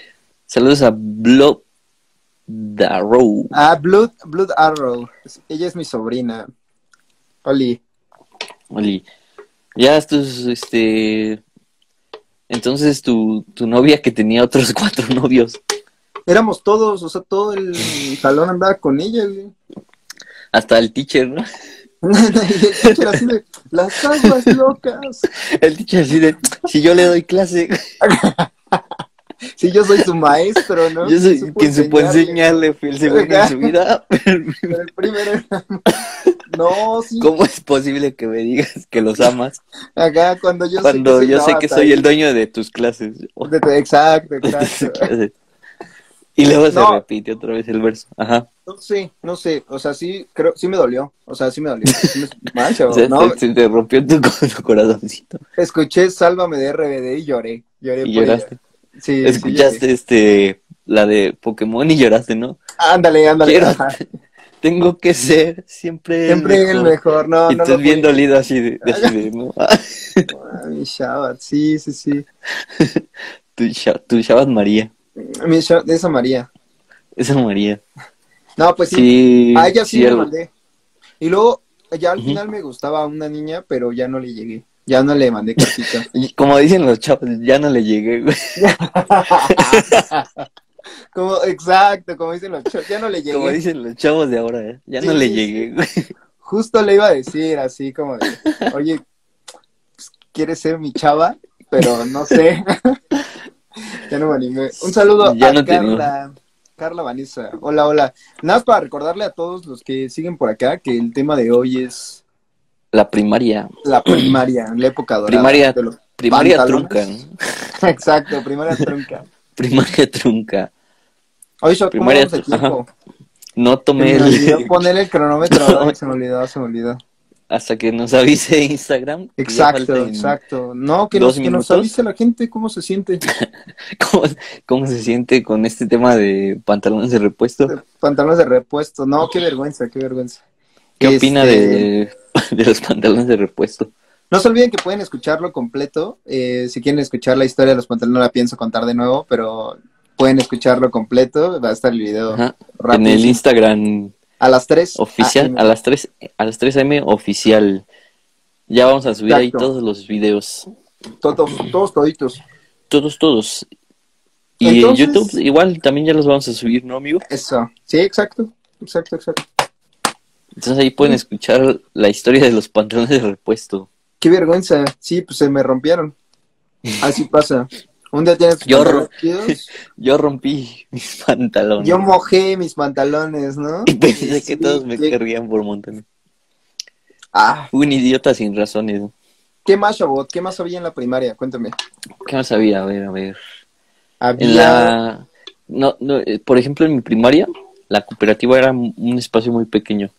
Speaker 2: Saludos a Blob Darrow.
Speaker 1: Ah, Blood, Blood Arrow. Ella es mi sobrina. Oli.
Speaker 2: Oli. Ya estos, este... Entonces tu, tu novia que tenía otros <laughs> cuatro novios.
Speaker 1: Éramos todos, o sea, todo el salón andaba con ella, güey. <laughs>
Speaker 2: Hasta el teacher, ¿no?
Speaker 1: Y el teacher así de, las aguas locas.
Speaker 2: El teacher así de, si yo le doy clase,
Speaker 1: Sí, yo soy su maestro, ¿no?
Speaker 2: yo soy
Speaker 1: Supo
Speaker 2: quien supo
Speaker 1: enseñarle.
Speaker 2: enseñarle, fui el segundo en
Speaker 1: <laughs>
Speaker 2: su vida.
Speaker 1: Pero el primero era- <laughs> No, sí.
Speaker 2: ¿Cómo es posible que me digas que los amas
Speaker 1: Acá, cuando yo
Speaker 2: cuando
Speaker 1: sé que
Speaker 2: yo sé
Speaker 1: Tabata
Speaker 2: que soy
Speaker 1: ahí.
Speaker 2: el dueño de tus clases? <laughs> O
Speaker 1: De- de-
Speaker 2: <laughs>
Speaker 1: Exacto,
Speaker 2: de tus
Speaker 1: exacto.
Speaker 2: clases. Y luego se
Speaker 1: No.
Speaker 2: repite otra vez el verso. Ajá.
Speaker 1: No sé, no sé. O sea, sí, creo, sí me dolió. O sea, sí me dolió. Sí me <laughs> sentí mal,
Speaker 2: O
Speaker 1: chavo,
Speaker 2: sea,
Speaker 1: ¿no?
Speaker 2: se, se te rompió tu, <laughs> co- tu corazoncito
Speaker 1: Escuché Sálvame de RBD y lloré. Lloré
Speaker 2: y
Speaker 1: por ella.
Speaker 2: lloraste.
Speaker 1: pues, Sí,
Speaker 2: Escuchaste
Speaker 1: sí, lloré.
Speaker 2: este la de Pokémon y lloraste, ¿no?
Speaker 1: ándale, ándale.
Speaker 2: Quiero-
Speaker 1: ajá.
Speaker 2: Tengo que ser siempre,
Speaker 1: Siempre el mejor. No,
Speaker 2: y
Speaker 1: no.
Speaker 2: estás
Speaker 1: lo
Speaker 2: bien
Speaker 1: pude-
Speaker 2: dolido así
Speaker 1: <laughs>
Speaker 2: de, de así de, ¿no?
Speaker 1: Ah, mi Shabbat, sí, sí, sí.
Speaker 2: Tu, cha- tu Shabbat María.
Speaker 1: Mi Shabbat, esa María.
Speaker 2: Esa María.
Speaker 1: No, pues sí.
Speaker 2: Sí.
Speaker 1: A ella sí,
Speaker 2: sí,
Speaker 1: le
Speaker 2: al-
Speaker 1: mandé. Y luego, ya al
Speaker 2: Ujú.
Speaker 1: final me gustaba una niña, pero ya no le llegué. Ya no le mandé
Speaker 2: <laughs>
Speaker 1: cartita.
Speaker 2: y Como dicen los chavos, ya no le llegué, güey.
Speaker 1: como, exacto, como dicen los chavos, ya no le llegué.
Speaker 2: Como dicen los chavos de ahora, ¿eh? Ya no
Speaker 1: eh. Sí,
Speaker 2: le
Speaker 1: sí,
Speaker 2: llegué, güey.
Speaker 1: Justo le iba a decir así como de, oye, pues, ¿quieres ser mi chava? Pero no sé. <laughs> ya no me animé. Un saludo
Speaker 2: Ya
Speaker 1: a
Speaker 2: no te animó.
Speaker 1: Carla. Carla Vanessa, hola, hola. Nada más para recordarle a todos los que siguen por acá que el tema de hoy es
Speaker 2: La primaria.
Speaker 1: la primaria, la época dorada.
Speaker 2: Primaria-
Speaker 1: de los <laughs>
Speaker 2: Primaria
Speaker 1: Pantalones.
Speaker 2: trunca, ¿no? <laughs>
Speaker 1: Exacto, primaria trunca.
Speaker 2: Primaria trunca.
Speaker 1: Oye, Shot, ¿cómo
Speaker 2: Primaria
Speaker 1: vamos de
Speaker 2: trunca,
Speaker 1: tiempo?
Speaker 2: No
Speaker 1: Se
Speaker 2: tomé
Speaker 1: me olvidó
Speaker 2: <laughs> el...
Speaker 1: poner el
Speaker 2: <laughs>
Speaker 1: cronómetro, ay, se me olvidó, se me olvidó.
Speaker 2: Hasta que nos avise Instagram. que ya
Speaker 1: Exacto,
Speaker 2: faltan-
Speaker 1: exacto. No, que
Speaker 2: dos
Speaker 1: nos, que nos
Speaker 2: minutos.
Speaker 1: avise la gente cómo se siente.
Speaker 2: <laughs> ¿Cómo, cómo se siente con este tema de pantalones de repuesto?
Speaker 1: Pantalones de repuesto. No, qué vergüenza, qué vergüenza.
Speaker 2: ¿Qué
Speaker 1: Este,
Speaker 2: opina de, <laughs> de los pantalones de repuesto?
Speaker 1: No se olviden que pueden escucharlo completo. eh, si quieren escuchar la historia de los pantalones, no la pienso contar de nuevo, pero pueden escucharlo completo. Va a estar el video
Speaker 2: Ajá. En
Speaker 1: rápido.
Speaker 2: el Instagram
Speaker 1: A las ah, 3.
Speaker 2: oficial, a las 3, a las 3 am oficial. Ya vamos a subir ahí
Speaker 1: Exacto.
Speaker 2: todos los videos.
Speaker 1: todos, todos toditos.
Speaker 2: Todos, todos. Y
Speaker 1: Entonces-
Speaker 2: en YouTube igual también ya los vamos a subir, ¿no, amigo?
Speaker 1: Eso. Sí, exacto. Exacto, exacto.
Speaker 2: Entonces ahí pueden escuchar la historia de los pantalones de repuesto.
Speaker 1: Qué vergüenza. Sí, pues se me rompieron.
Speaker 2: <laughs>
Speaker 1: Así pasa. Un día tienes tus
Speaker 2: Yo
Speaker 1: pantalones
Speaker 2: ro- <laughs>
Speaker 1: chidos.
Speaker 2: Yo rompí <laughs> mis pantalones.
Speaker 1: Yo mojé mis pantalones, ¿no?
Speaker 2: <laughs> Y pensé
Speaker 1: Sí,
Speaker 2: que todos me
Speaker 1: sí.
Speaker 2: querrían por montaña.
Speaker 1: Ah,
Speaker 2: Un idiota sin razones.
Speaker 1: ¿qué más, Chabot? ¿Qué más había en la primaria? Cuéntame.
Speaker 2: ¿Qué más había? A ver, a ver.
Speaker 1: Había...
Speaker 2: En la... No, no, eh, por ejemplo, en mi primaria, la cooperativa era un un espacio muy pequeño.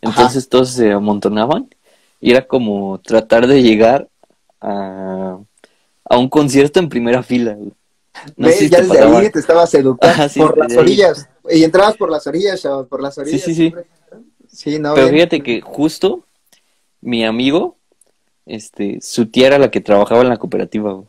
Speaker 2: Entonces todos se amontonaban y era como tratar de llegar a, a un concierto en primera fila. güey. No
Speaker 1: Ve,
Speaker 2: sé si
Speaker 1: ya
Speaker 2: te
Speaker 1: desde
Speaker 2: pasaba.
Speaker 1: ahí te estabas educando
Speaker 2: Ajá, sí,
Speaker 1: por las
Speaker 2: desde ahí.
Speaker 1: orillas. Y entrabas por las orillas, Chabot, por las orillas.
Speaker 2: sí, sí.
Speaker 1: siempre. Sí, no,
Speaker 2: Pero
Speaker 1: bien.
Speaker 2: fíjate que justo mi amigo, este, su tía era la que trabajaba en la cooperativa. güey.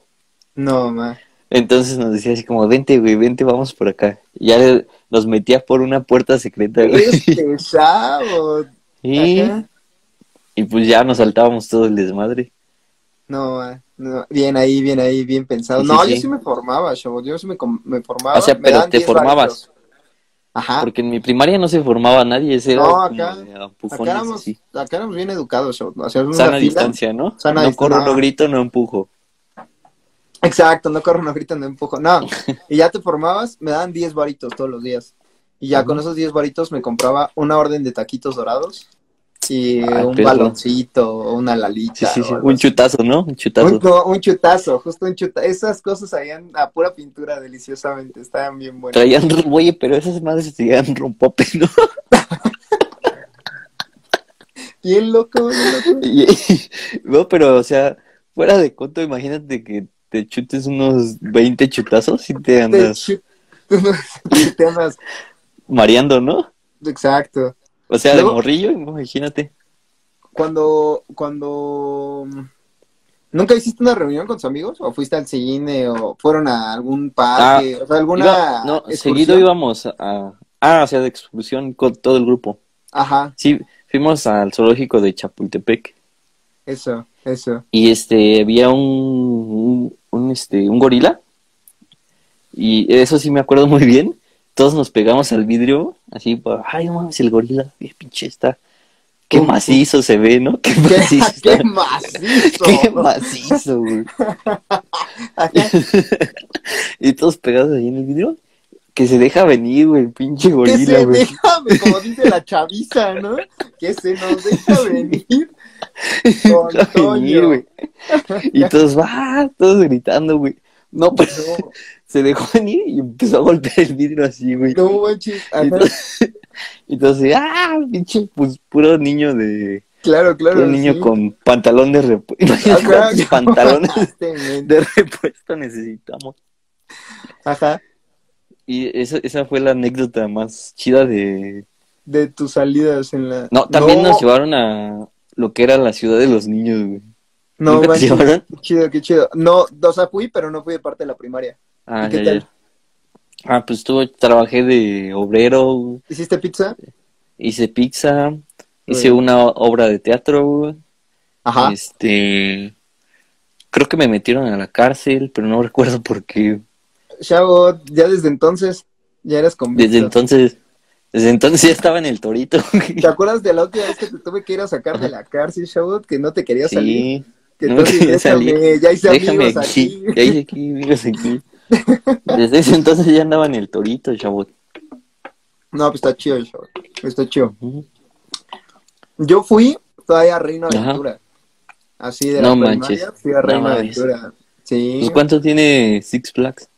Speaker 1: No,
Speaker 2: <laughs>
Speaker 1: ma.
Speaker 2: Entonces nos decía así como, vente, güey, vente, vamos por acá. Y ya le- nos metía por una puerta secreta, güey.
Speaker 1: Este, Chabot.
Speaker 2: <laughs> Y,
Speaker 1: Ajá.
Speaker 2: y pues ya nos saltábamos todo el desmadre.
Speaker 1: No, ma. No, bien ahí, bien ahí, bien pensado.
Speaker 2: Sí,
Speaker 1: no,
Speaker 2: sí,
Speaker 1: yo
Speaker 2: sí.
Speaker 1: sí me formaba, Chabot. Yo sí me, com- me formaba.
Speaker 2: O sea,
Speaker 1: Me
Speaker 2: pero
Speaker 1: daban
Speaker 2: te
Speaker 1: 10
Speaker 2: formabas.
Speaker 1: varitos. Ajá.
Speaker 2: Porque en mi primaria no se formaba nadie, ese era
Speaker 1: Ah. No,
Speaker 2: como
Speaker 1: acá-
Speaker 2: de
Speaker 1: Acá
Speaker 2: empujones
Speaker 1: éramos,
Speaker 2: así.
Speaker 1: acá éramos bien educados, Chabot. Hacíamos una
Speaker 2: Sana
Speaker 1: fila.
Speaker 2: distancia, ¿no?
Speaker 1: Sana
Speaker 2: no
Speaker 1: distancia.
Speaker 2: corro, no grito, no empujo.
Speaker 1: Exacto, no corro, no grito, no empujo.
Speaker 2: <laughs>
Speaker 1: No, y ya te formabas, me daban 10 varitos todos los días. Y ya con esos 10 varitos me compraba una orden de taquitos dorados. Y
Speaker 2: Ay,
Speaker 1: un
Speaker 2: pero-
Speaker 1: baloncito, o una
Speaker 2: Sí,
Speaker 1: lalita.
Speaker 2: Ah, sí, sí.
Speaker 1: o algo
Speaker 2: Un
Speaker 1: así.
Speaker 2: chutazo, ¿no? Un chutazo.
Speaker 1: Un, no, un chutazo, justo un chutazo. Esas cosas salían a pura pintura deliciosamente, estaban bien buenas.
Speaker 2: Traían, güey, pero esas madres traían rompope, ¿no? <laughs>
Speaker 1: Bien loco, bien loco.
Speaker 2: Y- no, pero, o sea, fuera de conto, imagínate que te chutes unos 20 chutazos y te
Speaker 1: Te
Speaker 2: andas
Speaker 1: chu- <laughs> te andas-
Speaker 2: mareando, ¿no?
Speaker 1: Exacto.
Speaker 2: O sea, de
Speaker 1: Luego-
Speaker 2: morrillo, imagínate.
Speaker 1: Cuando, cuando... mm, ¿Nunca hiciste una reunión con tus amigos? ¿O fuiste al cine? ¿O fueron a algún parque? o sea, alguna
Speaker 2: Ah, Iba- no,
Speaker 1: excursión?
Speaker 2: seguido íbamos a... Ah, o sea, de excursión con todo el grupo.
Speaker 1: Ajá,
Speaker 2: Sí, fuimos al zoológico de Chapultepec
Speaker 1: eso,
Speaker 2: <laughs>
Speaker 1: eso.
Speaker 2: y este, había un, un, un, este, un gorila y eso sí me acuerdo muy bien. Todos nos pegamos al vidrio, así, pa- ay, no mames, el gorila, qué pinche está. Qué
Speaker 1: Uh, uh.
Speaker 2: macizo se ve, ¿no?
Speaker 1: <laughs>
Speaker 2: Qué
Speaker 1: ¡Qué,
Speaker 2: macizo.
Speaker 1: qué
Speaker 2: está.
Speaker 1: macizo!
Speaker 2: <laughs> Qué macizo, güey. y todos pegados ahí en el vidrio. Que se deja venir, güey, el pinche
Speaker 1: que
Speaker 2: gorila,
Speaker 1: se
Speaker 2: güey.
Speaker 1: deja, como dice la chaviza, ¿no? Que se nos deja venir. Con
Speaker 2: <laughs> <laughs> Deja venir,
Speaker 1: Toño.
Speaker 2: güey. Y todos, va, todos gritando, güey. No, pero se dejó <laughs> venir y empezó a golpear el vidrio así, güey.
Speaker 1: No, no manches. Ajá,
Speaker 2: Y todos- <laughs> y todos, así, ah, pinche, pues puro niño de.
Speaker 1: claro, claro.
Speaker 2: un niño
Speaker 1: sí.
Speaker 2: con pantalón de repuesto. <laughs> Imagínate
Speaker 1: Ajá.
Speaker 2: cuántos pantalones
Speaker 1: Este, men.
Speaker 2: de repuesto necesitamos.
Speaker 1: Ajá,
Speaker 2: Y esa, esa fue la anécdota más chida de...
Speaker 1: de tus salidas en la...
Speaker 2: No, también
Speaker 1: No,
Speaker 2: nos llevaron a lo que era la ciudad de los niños, güey.
Speaker 1: No,
Speaker 2: ¿Nunca te
Speaker 1: manches,
Speaker 2: llevaron?
Speaker 1: qué chido, qué chido. No, o sea, fui, pero no fui de parte de la primaria.
Speaker 2: Ah,
Speaker 1: ¿Y qué
Speaker 2: ya,
Speaker 1: tal?
Speaker 2: ya. Ah, pues tuve, trabajé de obrero, güey.
Speaker 1: ¿Hiciste pizza?
Speaker 2: hice pizza, hice
Speaker 1: Güey.
Speaker 2: una o- obra de teatro, güey.
Speaker 1: Ajá.
Speaker 2: Este... Creo que me metieron a la cárcel, pero no <laughs> recuerdo por qué.
Speaker 1: Chavo, ya desde entonces, ya eras convicto.
Speaker 2: Desde entonces... Desde entonces ya estaba en el
Speaker 1: <laughs>
Speaker 2: torito. güey.
Speaker 1: ¿Te acuerdas de la última vez que te tuve que ir a sacar de la cárcel, Chavo? Que no te quería salir.
Speaker 2: Sí.
Speaker 1: Que
Speaker 2: No
Speaker 1: entonces,
Speaker 2: quería
Speaker 1: déjame, ya hice
Speaker 2: Déjame
Speaker 1: amigos
Speaker 2: aquí,
Speaker 1: aquí.
Speaker 2: ya hice aquí,
Speaker 1: <laughs>
Speaker 2: amigos aquí. Desde ese entonces ya andaba en el torito, chavo.
Speaker 1: No, pues está chido, Chavo. Está chido.
Speaker 2: Ujú.
Speaker 1: Yo fui todavía a Reino
Speaker 2: Ajá.
Speaker 1: Aventura. Así de la
Speaker 2: No
Speaker 1: primaria,
Speaker 2: manches.
Speaker 1: fui a
Speaker 2: No
Speaker 1: Reino
Speaker 2: mames.
Speaker 1: Aventura. Sí.
Speaker 2: Pues, ¿Cuánto tiene Six Flags? <laughs>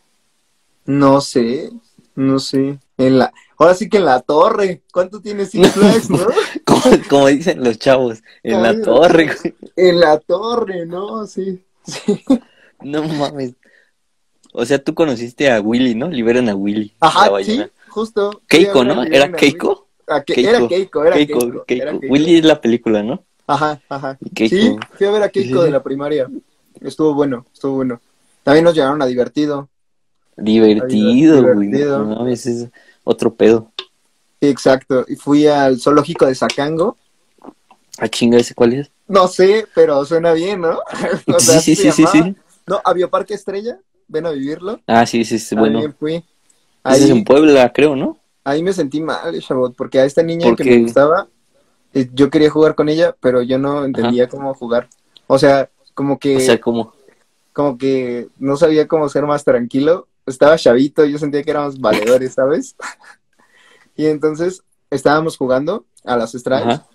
Speaker 1: No sé, no sé. En la, ahora sí que en la torre. ¿Cuánto tiene
Speaker 2: <laughs>
Speaker 1: Six Flags, no?
Speaker 2: Como, como dicen los chavos, en
Speaker 1: Ay,
Speaker 2: la
Speaker 1: no.
Speaker 2: torre. güey.
Speaker 1: En la torre, ¿no? Sí. sí.
Speaker 2: No mames. O sea, tú conociste a Willy, ¿no? Liberan a Willy.
Speaker 1: Ajá,
Speaker 2: la ballena.
Speaker 1: sí, justo.
Speaker 2: Keiko,
Speaker 1: Sí,
Speaker 2: ¿no?
Speaker 1: era
Speaker 2: ¿Era
Speaker 1: Keiko.
Speaker 2: Keiko?
Speaker 1: Ah, que-
Speaker 2: Keiko.
Speaker 1: Era Keiko, era Keiko.
Speaker 2: Keiko,
Speaker 1: era
Speaker 2: Keiko. Willy es la película, ¿no?
Speaker 1: Ajá, ajá.
Speaker 2: Y Keiko.
Speaker 1: Sí, fui a ver a
Speaker 2: Sí, sí,
Speaker 1: Keiko
Speaker 2: sí.
Speaker 1: de la primaria. Estuvo bueno, estuvo bueno. También nos llevaron a divertido.
Speaker 2: Divertido, güey.
Speaker 1: Divertido.
Speaker 2: No mames, es otro pedo.
Speaker 1: Sí, exacto. Y fui al zoológico de Sacango.
Speaker 2: ¿A Ah, chinga ese cuál es?
Speaker 1: No sé, pero suena bien, ¿no? <laughs> O sea,
Speaker 2: sí, sí,
Speaker 1: se
Speaker 2: sí, sí,
Speaker 1: llamaba.
Speaker 2: sí.
Speaker 1: No, a Bioparque Estrella, ven a vivirlo.
Speaker 2: Ah, sí, sí, sí, bueno.
Speaker 1: También fui.
Speaker 2: Ese es en
Speaker 1: Ahí,
Speaker 2: Puebla, creo, ¿no?
Speaker 1: ahí me sentí mal, Shabot, porque a esta niña
Speaker 2: ¿Por
Speaker 1: que
Speaker 2: qué?
Speaker 1: me gustaba, eh, yo quería jugar con ella, pero yo no entendía cómo jugar. O sea, como que,
Speaker 2: O sea, como, <laughs>
Speaker 1: como que no sabía cómo ser más tranquilo. Estaba chavito, yo sentía que éramos valedores, ¿sabes? <laughs> y entonces estábamos jugando a las strikes
Speaker 2: ajá.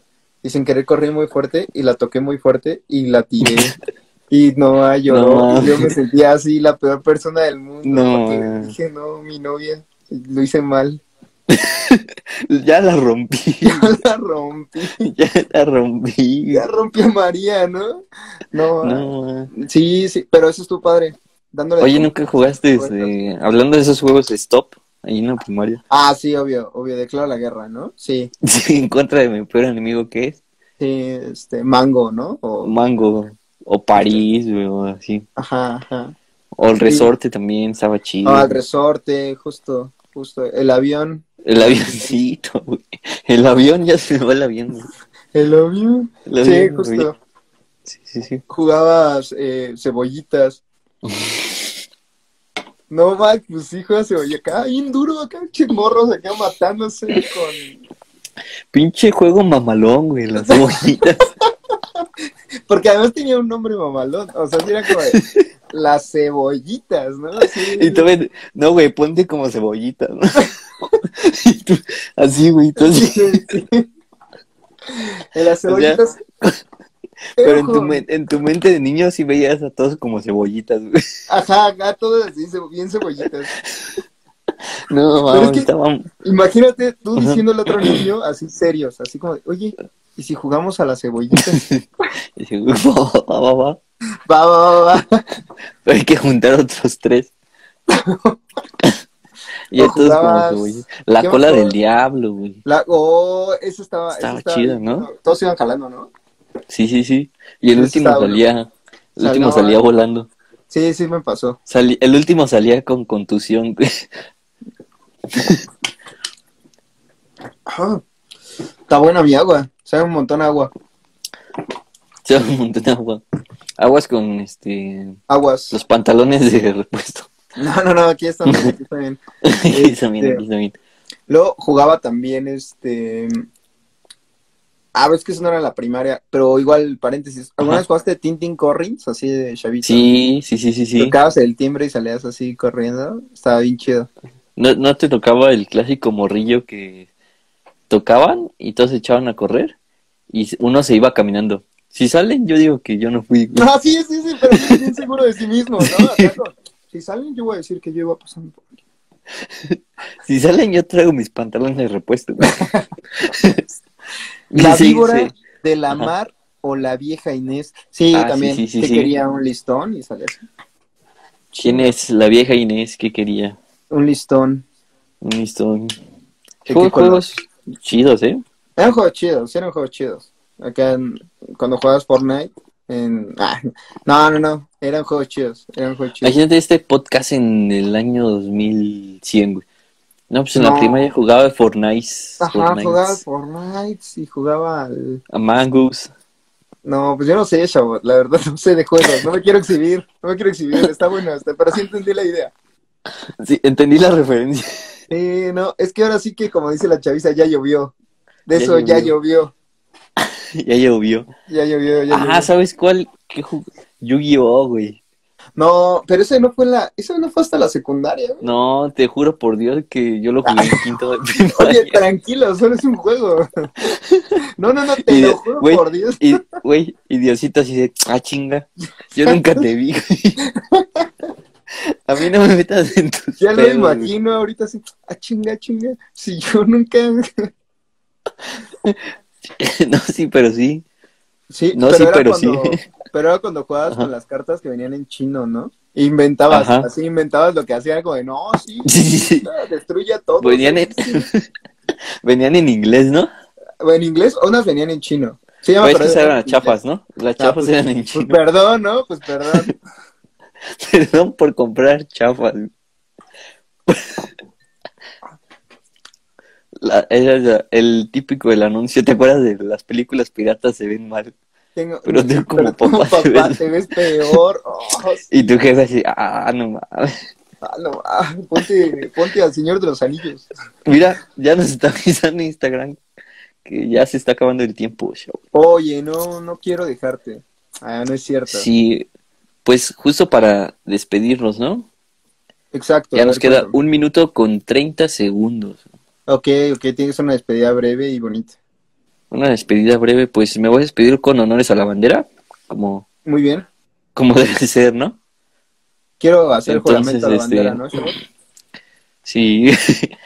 Speaker 1: y sin querer corrí muy fuerte y la toqué muy fuerte y la tiré. Y no ah, lloró,
Speaker 2: <laughs> No,
Speaker 1: y yo me sentía así la peor persona del mundo.
Speaker 2: No. eh.
Speaker 1: porque dije, no, mi novia, lo hice mal.
Speaker 2: Ya la rompí, <laughs>
Speaker 1: Ya <laughs> la rompí,
Speaker 2: ya la rompí.
Speaker 1: ya rompí a María, ¿no? No, ah,
Speaker 2: No, ma.
Speaker 1: sí, sí, pero eso estuvo padre. Dándole
Speaker 2: Oye, ¿nunca jugaste, este, hablando de esos juegos Stop, ahí en la primaria? <laughs>
Speaker 1: Ah, sí, obvio, obvio, declaro la guerra, ¿no? Sí,
Speaker 2: Sí, en contra de mi peor enemigo que es
Speaker 1: sí, este, mango, ¿no? O-
Speaker 2: Mango, o París, güey, o así.
Speaker 1: ajá, ajá.
Speaker 2: O el
Speaker 1: Sí.
Speaker 2: resorte también, estaba chido.
Speaker 1: Ah, el resorte, justo, justo, el avión,
Speaker 2: El avioncito, <laughs> güey. El avión, ya se me va el avión. güey.
Speaker 1: el avión.
Speaker 2: El
Speaker 1: sí,
Speaker 2: avión,
Speaker 1: justo.
Speaker 2: güey. Sí, sí, sí.
Speaker 1: jugabas eh,
Speaker 2: <laughs>
Speaker 1: cebollitas. No, Mac, pues sí, juega cebolla. Acá, bien duro, acá, chismorros, acá matándose con.
Speaker 2: Pinche juego mamalón, güey,
Speaker 1: <laughs>
Speaker 2: las cebollitas.
Speaker 1: Porque además tenía un nombre mamalón. O sea, sí era como de,
Speaker 2: <laughs>
Speaker 1: las cebollitas, ¿no? Así,
Speaker 2: Y tú
Speaker 1: <laughs>
Speaker 2: ves, no, güey, ponte como <laughs> cebollita, ¿no? Y tú, así, güey, tú así.
Speaker 1: Sí, sí. En las cebollitas.
Speaker 2: <laughs> Pero en tu, men- en tu mente de niño sí veías a todos como
Speaker 1: <laughs>
Speaker 2: cebollitas, güey.
Speaker 1: Ajá, gatos así, cebo- bien cebollitas.
Speaker 2: No,
Speaker 1: Pero es
Speaker 2: vamos,
Speaker 1: que-
Speaker 2: estaban...
Speaker 1: Imagínate tú
Speaker 2: Ajá.
Speaker 1: diciéndole a otro niño así serios, así como, de, oye, ¿y si jugamos a las cebollitas? <laughs>
Speaker 2: Dije, <laughs> va, va, va, va.
Speaker 1: Va, va, va, va.
Speaker 2: Pero hay que juntar otros tres. <laughs> y
Speaker 1: O
Speaker 2: entonces como
Speaker 1: jugabas-
Speaker 2: cebollitas. La
Speaker 1: ¿Qué
Speaker 2: cola
Speaker 1: más
Speaker 2: del
Speaker 1: jugabas?
Speaker 2: diablo, güey.
Speaker 1: La- oh, eso estaba, eso
Speaker 2: Estaba
Speaker 1: estaba
Speaker 2: chido,
Speaker 1: bien,
Speaker 2: ¿no?
Speaker 1: Todos iban jalando, ¿no?
Speaker 2: Sí, sí, sí. Y el
Speaker 1: Eso
Speaker 2: último
Speaker 1: está bueno.
Speaker 2: salía... El
Speaker 1: Salía-
Speaker 2: último salía volando.
Speaker 1: Sí, sí me pasó.
Speaker 2: Sali- el último salía con contusión, güey. <laughs>
Speaker 1: Ah, está buena mi agua, sabe un montón a agua.
Speaker 2: Se un montón de agua. Aguas con este
Speaker 1: Aguas.
Speaker 2: los pantalones de repuesto. <laughs>
Speaker 1: No, no, no, aquí están, bien, aquí están bien.
Speaker 2: Aquí también,
Speaker 1: Este,
Speaker 2: aquí también.
Speaker 1: Luego jugaba también este. Ah, ves que eso no era la primaria, pero igual, paréntesis. ¿Alguna
Speaker 2: Ajá.
Speaker 1: vez jugaste Tintin Corrins? Así de chavito.
Speaker 2: Sí, sí, sí, sí, sí.
Speaker 1: Tocabas el timbre y salías así corriendo. Estaba bien chido.
Speaker 2: ¿No, ¿No te tocaba el clásico morrillo que tocaban y todos se echaban a correr y uno se iba caminando? Si salen, yo digo que yo no fui. güey.
Speaker 1: Ah, sí, sí, sí, pero es bien seguro de sí
Speaker 2: <laughs>
Speaker 1: mismo, ¿no? Acá con- Si salen, yo voy a decir que yo iba pasando. por aquí.
Speaker 2: Si salen, yo traigo mis pantalones de repuesto. güey.
Speaker 1: <laughs> La
Speaker 2: Sí,
Speaker 1: víbora
Speaker 2: <laughs> sí.
Speaker 1: de la
Speaker 2: Ajá.
Speaker 1: mar o la vieja Inés. Sí,
Speaker 2: Ah, sí,
Speaker 1: también.
Speaker 2: sí, sí,
Speaker 1: que
Speaker 2: sí.
Speaker 1: quería un listón y salías.
Speaker 2: ¿Quién es la vieja Inés que quería?
Speaker 1: Un listón.
Speaker 2: Un listón.
Speaker 1: ¿De qué
Speaker 2: Jue-
Speaker 1: color?
Speaker 2: Juegos chidos, ¿eh?
Speaker 1: Eran juegos chidos, sí eran juegos chidos. Acá en- cuando jugabas Fortnite, en... ah, no, no, no, eran juegos chidos, eran juegos chidos.
Speaker 2: Imagínate este podcast en el año 2100, güey. No, pues en la
Speaker 1: No.
Speaker 2: primaria jugaba Fortnite.
Speaker 1: Ajá,
Speaker 2: Fortnite,
Speaker 1: jugaba Fortnite y jugaba al...
Speaker 2: Among Us.
Speaker 1: No, pues yo no sé, chavo, la verdad <laughs> no sé de juegos, no me quiero exhibir, no me quiero exhibir, está bueno, está, pero sí entendí la idea.
Speaker 2: Sí, entendí la referencia.
Speaker 1: Eh, no, es que ahora sí que como dice la chaviza, ya llovió. De
Speaker 2: Ya
Speaker 1: eso ya llovió,
Speaker 2: <laughs> ya llovió.
Speaker 1: ya llovió, ya llovió.
Speaker 2: Ah, ¿sabes cuál? ¿Qué jug- Yu-Gi-Oh, güey.
Speaker 1: No, pero ese no fue en la, eso no fue hasta la secundaria, güey.
Speaker 2: No, te juro por Dios que yo lo jugué
Speaker 1: <laughs>
Speaker 2: en quinto de
Speaker 1: Oye,
Speaker 2: primaria.
Speaker 1: tranquilo, solo es un
Speaker 2: <laughs>
Speaker 1: juego. No, no, no, te
Speaker 2: Y-
Speaker 1: lo juro
Speaker 2: güey,
Speaker 1: por Dios.
Speaker 2: Y, güey, y Diosito así de, ah, chinga, yo nunca te
Speaker 1: <laughs>
Speaker 2: vi, güey. A mí no me metas en tus
Speaker 1: Ya lo
Speaker 2: pedos, güey.
Speaker 1: imagino ahorita así, ah, chinga, chinga. Si yo nunca.
Speaker 2: <laughs> No, sí, pero sí.
Speaker 1: Sí,
Speaker 2: No, sí, pero
Speaker 1: cuando,
Speaker 2: sí. <laughs>
Speaker 1: Pero era cuando jugabas
Speaker 2: Ajá.
Speaker 1: con las cartas que venían en chino, ¿no? Inventabas,
Speaker 2: Ajá.
Speaker 1: así inventabas lo que hacía, como de, no, sí,
Speaker 2: Sí, sí, sí.
Speaker 1: destruye a todos.
Speaker 2: Venían en,
Speaker 1: Sí, sí.
Speaker 2: venían en inglés, ¿no?
Speaker 1: O en inglés, o unas venían en chino. Sí, ya me
Speaker 2: Pues
Speaker 1: acordé.
Speaker 2: es que esas eran las chafas, ¿no? Las
Speaker 1: Ah,
Speaker 2: chafas
Speaker 1: pues,
Speaker 2: eran en
Speaker 1: Pues
Speaker 2: chino.
Speaker 1: perdón, ¿no? Pues
Speaker 2: <laughs>
Speaker 1: perdón.
Speaker 2: Perdón por comprar chafas. La- era la- el típico del anuncio, ¿te acuerdas de las películas piratas se ven mal?
Speaker 1: Tengo- <laughs>
Speaker 2: Pero tú como papá te ves-
Speaker 1: te ves peor. Oh,
Speaker 2: Y tu jefe así, ah, no mames.
Speaker 1: Ah, no, ah, ponte, ponte al Señor de los Anillos.
Speaker 2: Mira, ya nos está avisando Instagram que ya se está acabando el tiempo, show.
Speaker 1: Oye, no, no quiero dejarte. Ah, no es cierto.
Speaker 2: Sí, pues justo para despedirnos, ¿no?
Speaker 1: Exacto.
Speaker 2: Ya
Speaker 1: a
Speaker 2: nos
Speaker 1: ver,
Speaker 2: queda
Speaker 1: cuéntame.
Speaker 2: un minuto con 30 segundos.
Speaker 1: Ok, ok, tienes una despedida breve y bonita.
Speaker 2: Una despedida breve, pues me voy a despedir con honores a la bandera, como,
Speaker 1: Muy bien.
Speaker 2: como <laughs> debe ser, ¿no?
Speaker 1: Quiero hacer
Speaker 2: Entonces,
Speaker 1: juramento a la bandera,
Speaker 2: este,
Speaker 1: ¿no? Chavos?
Speaker 2: Sí, <laughs> se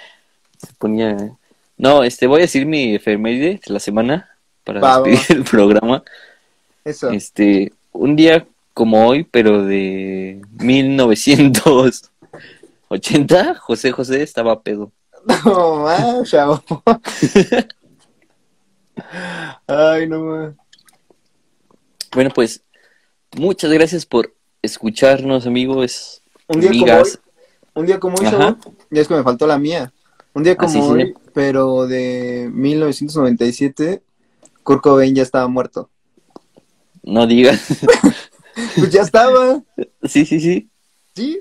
Speaker 2: ponía... No, este, voy a decir mi efeméride de la semana para
Speaker 1: Va, va,
Speaker 2: despedir el programa.
Speaker 1: Eso.
Speaker 2: Este, un día como hoy, pero de 1980, José José estaba pedo.
Speaker 1: <laughs> No, más, chavo. Ay, no más.
Speaker 2: Bueno, pues, muchas gracias por escucharnos, amigos,
Speaker 1: Un día como
Speaker 2: amigas.
Speaker 1: Un día como hoy,
Speaker 2: Ajá.
Speaker 1: chavo, ya es que me faltó la mía. Un día como
Speaker 2: Ah, sí, sí.
Speaker 1: hoy, pero de 1997, Kurt Cobain ya estaba muerto. <laughs>
Speaker 2: No digas.
Speaker 1: Pues ya estaba,
Speaker 2: sí, sí, sí.
Speaker 1: ¿sí?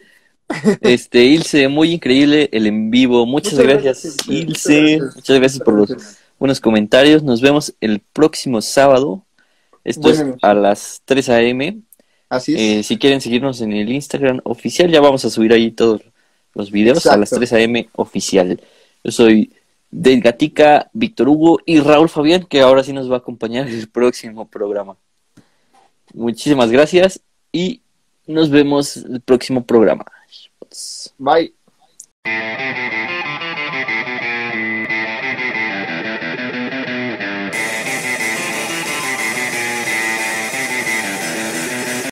Speaker 2: Este, Ilse, muy increíble el en vivo. Muchas,
Speaker 1: Muchas
Speaker 2: gracias,
Speaker 1: gracias, Ilse. Muchas
Speaker 2: Ilse.
Speaker 1: gracias.
Speaker 2: Muchas gracias por los buenos comentarios. Nos vemos el próximo sábado. Esto
Speaker 1: Buenas
Speaker 2: es
Speaker 1: noches.
Speaker 2: a las 3 a.m.
Speaker 1: Así es.
Speaker 2: Eh, si quieren seguirnos en el Instagram oficial, ya vamos a subir ahí todos los videos a las
Speaker 1: Exacto.
Speaker 2: 3 a.m. oficial. Yo soy del Gatica, Víctor Hugo y Raúl Fabián, que ahora sí nos va a acompañar en el próximo programa. Muchísimas gracias y nos vemos en el próximo programa.
Speaker 1: Bye.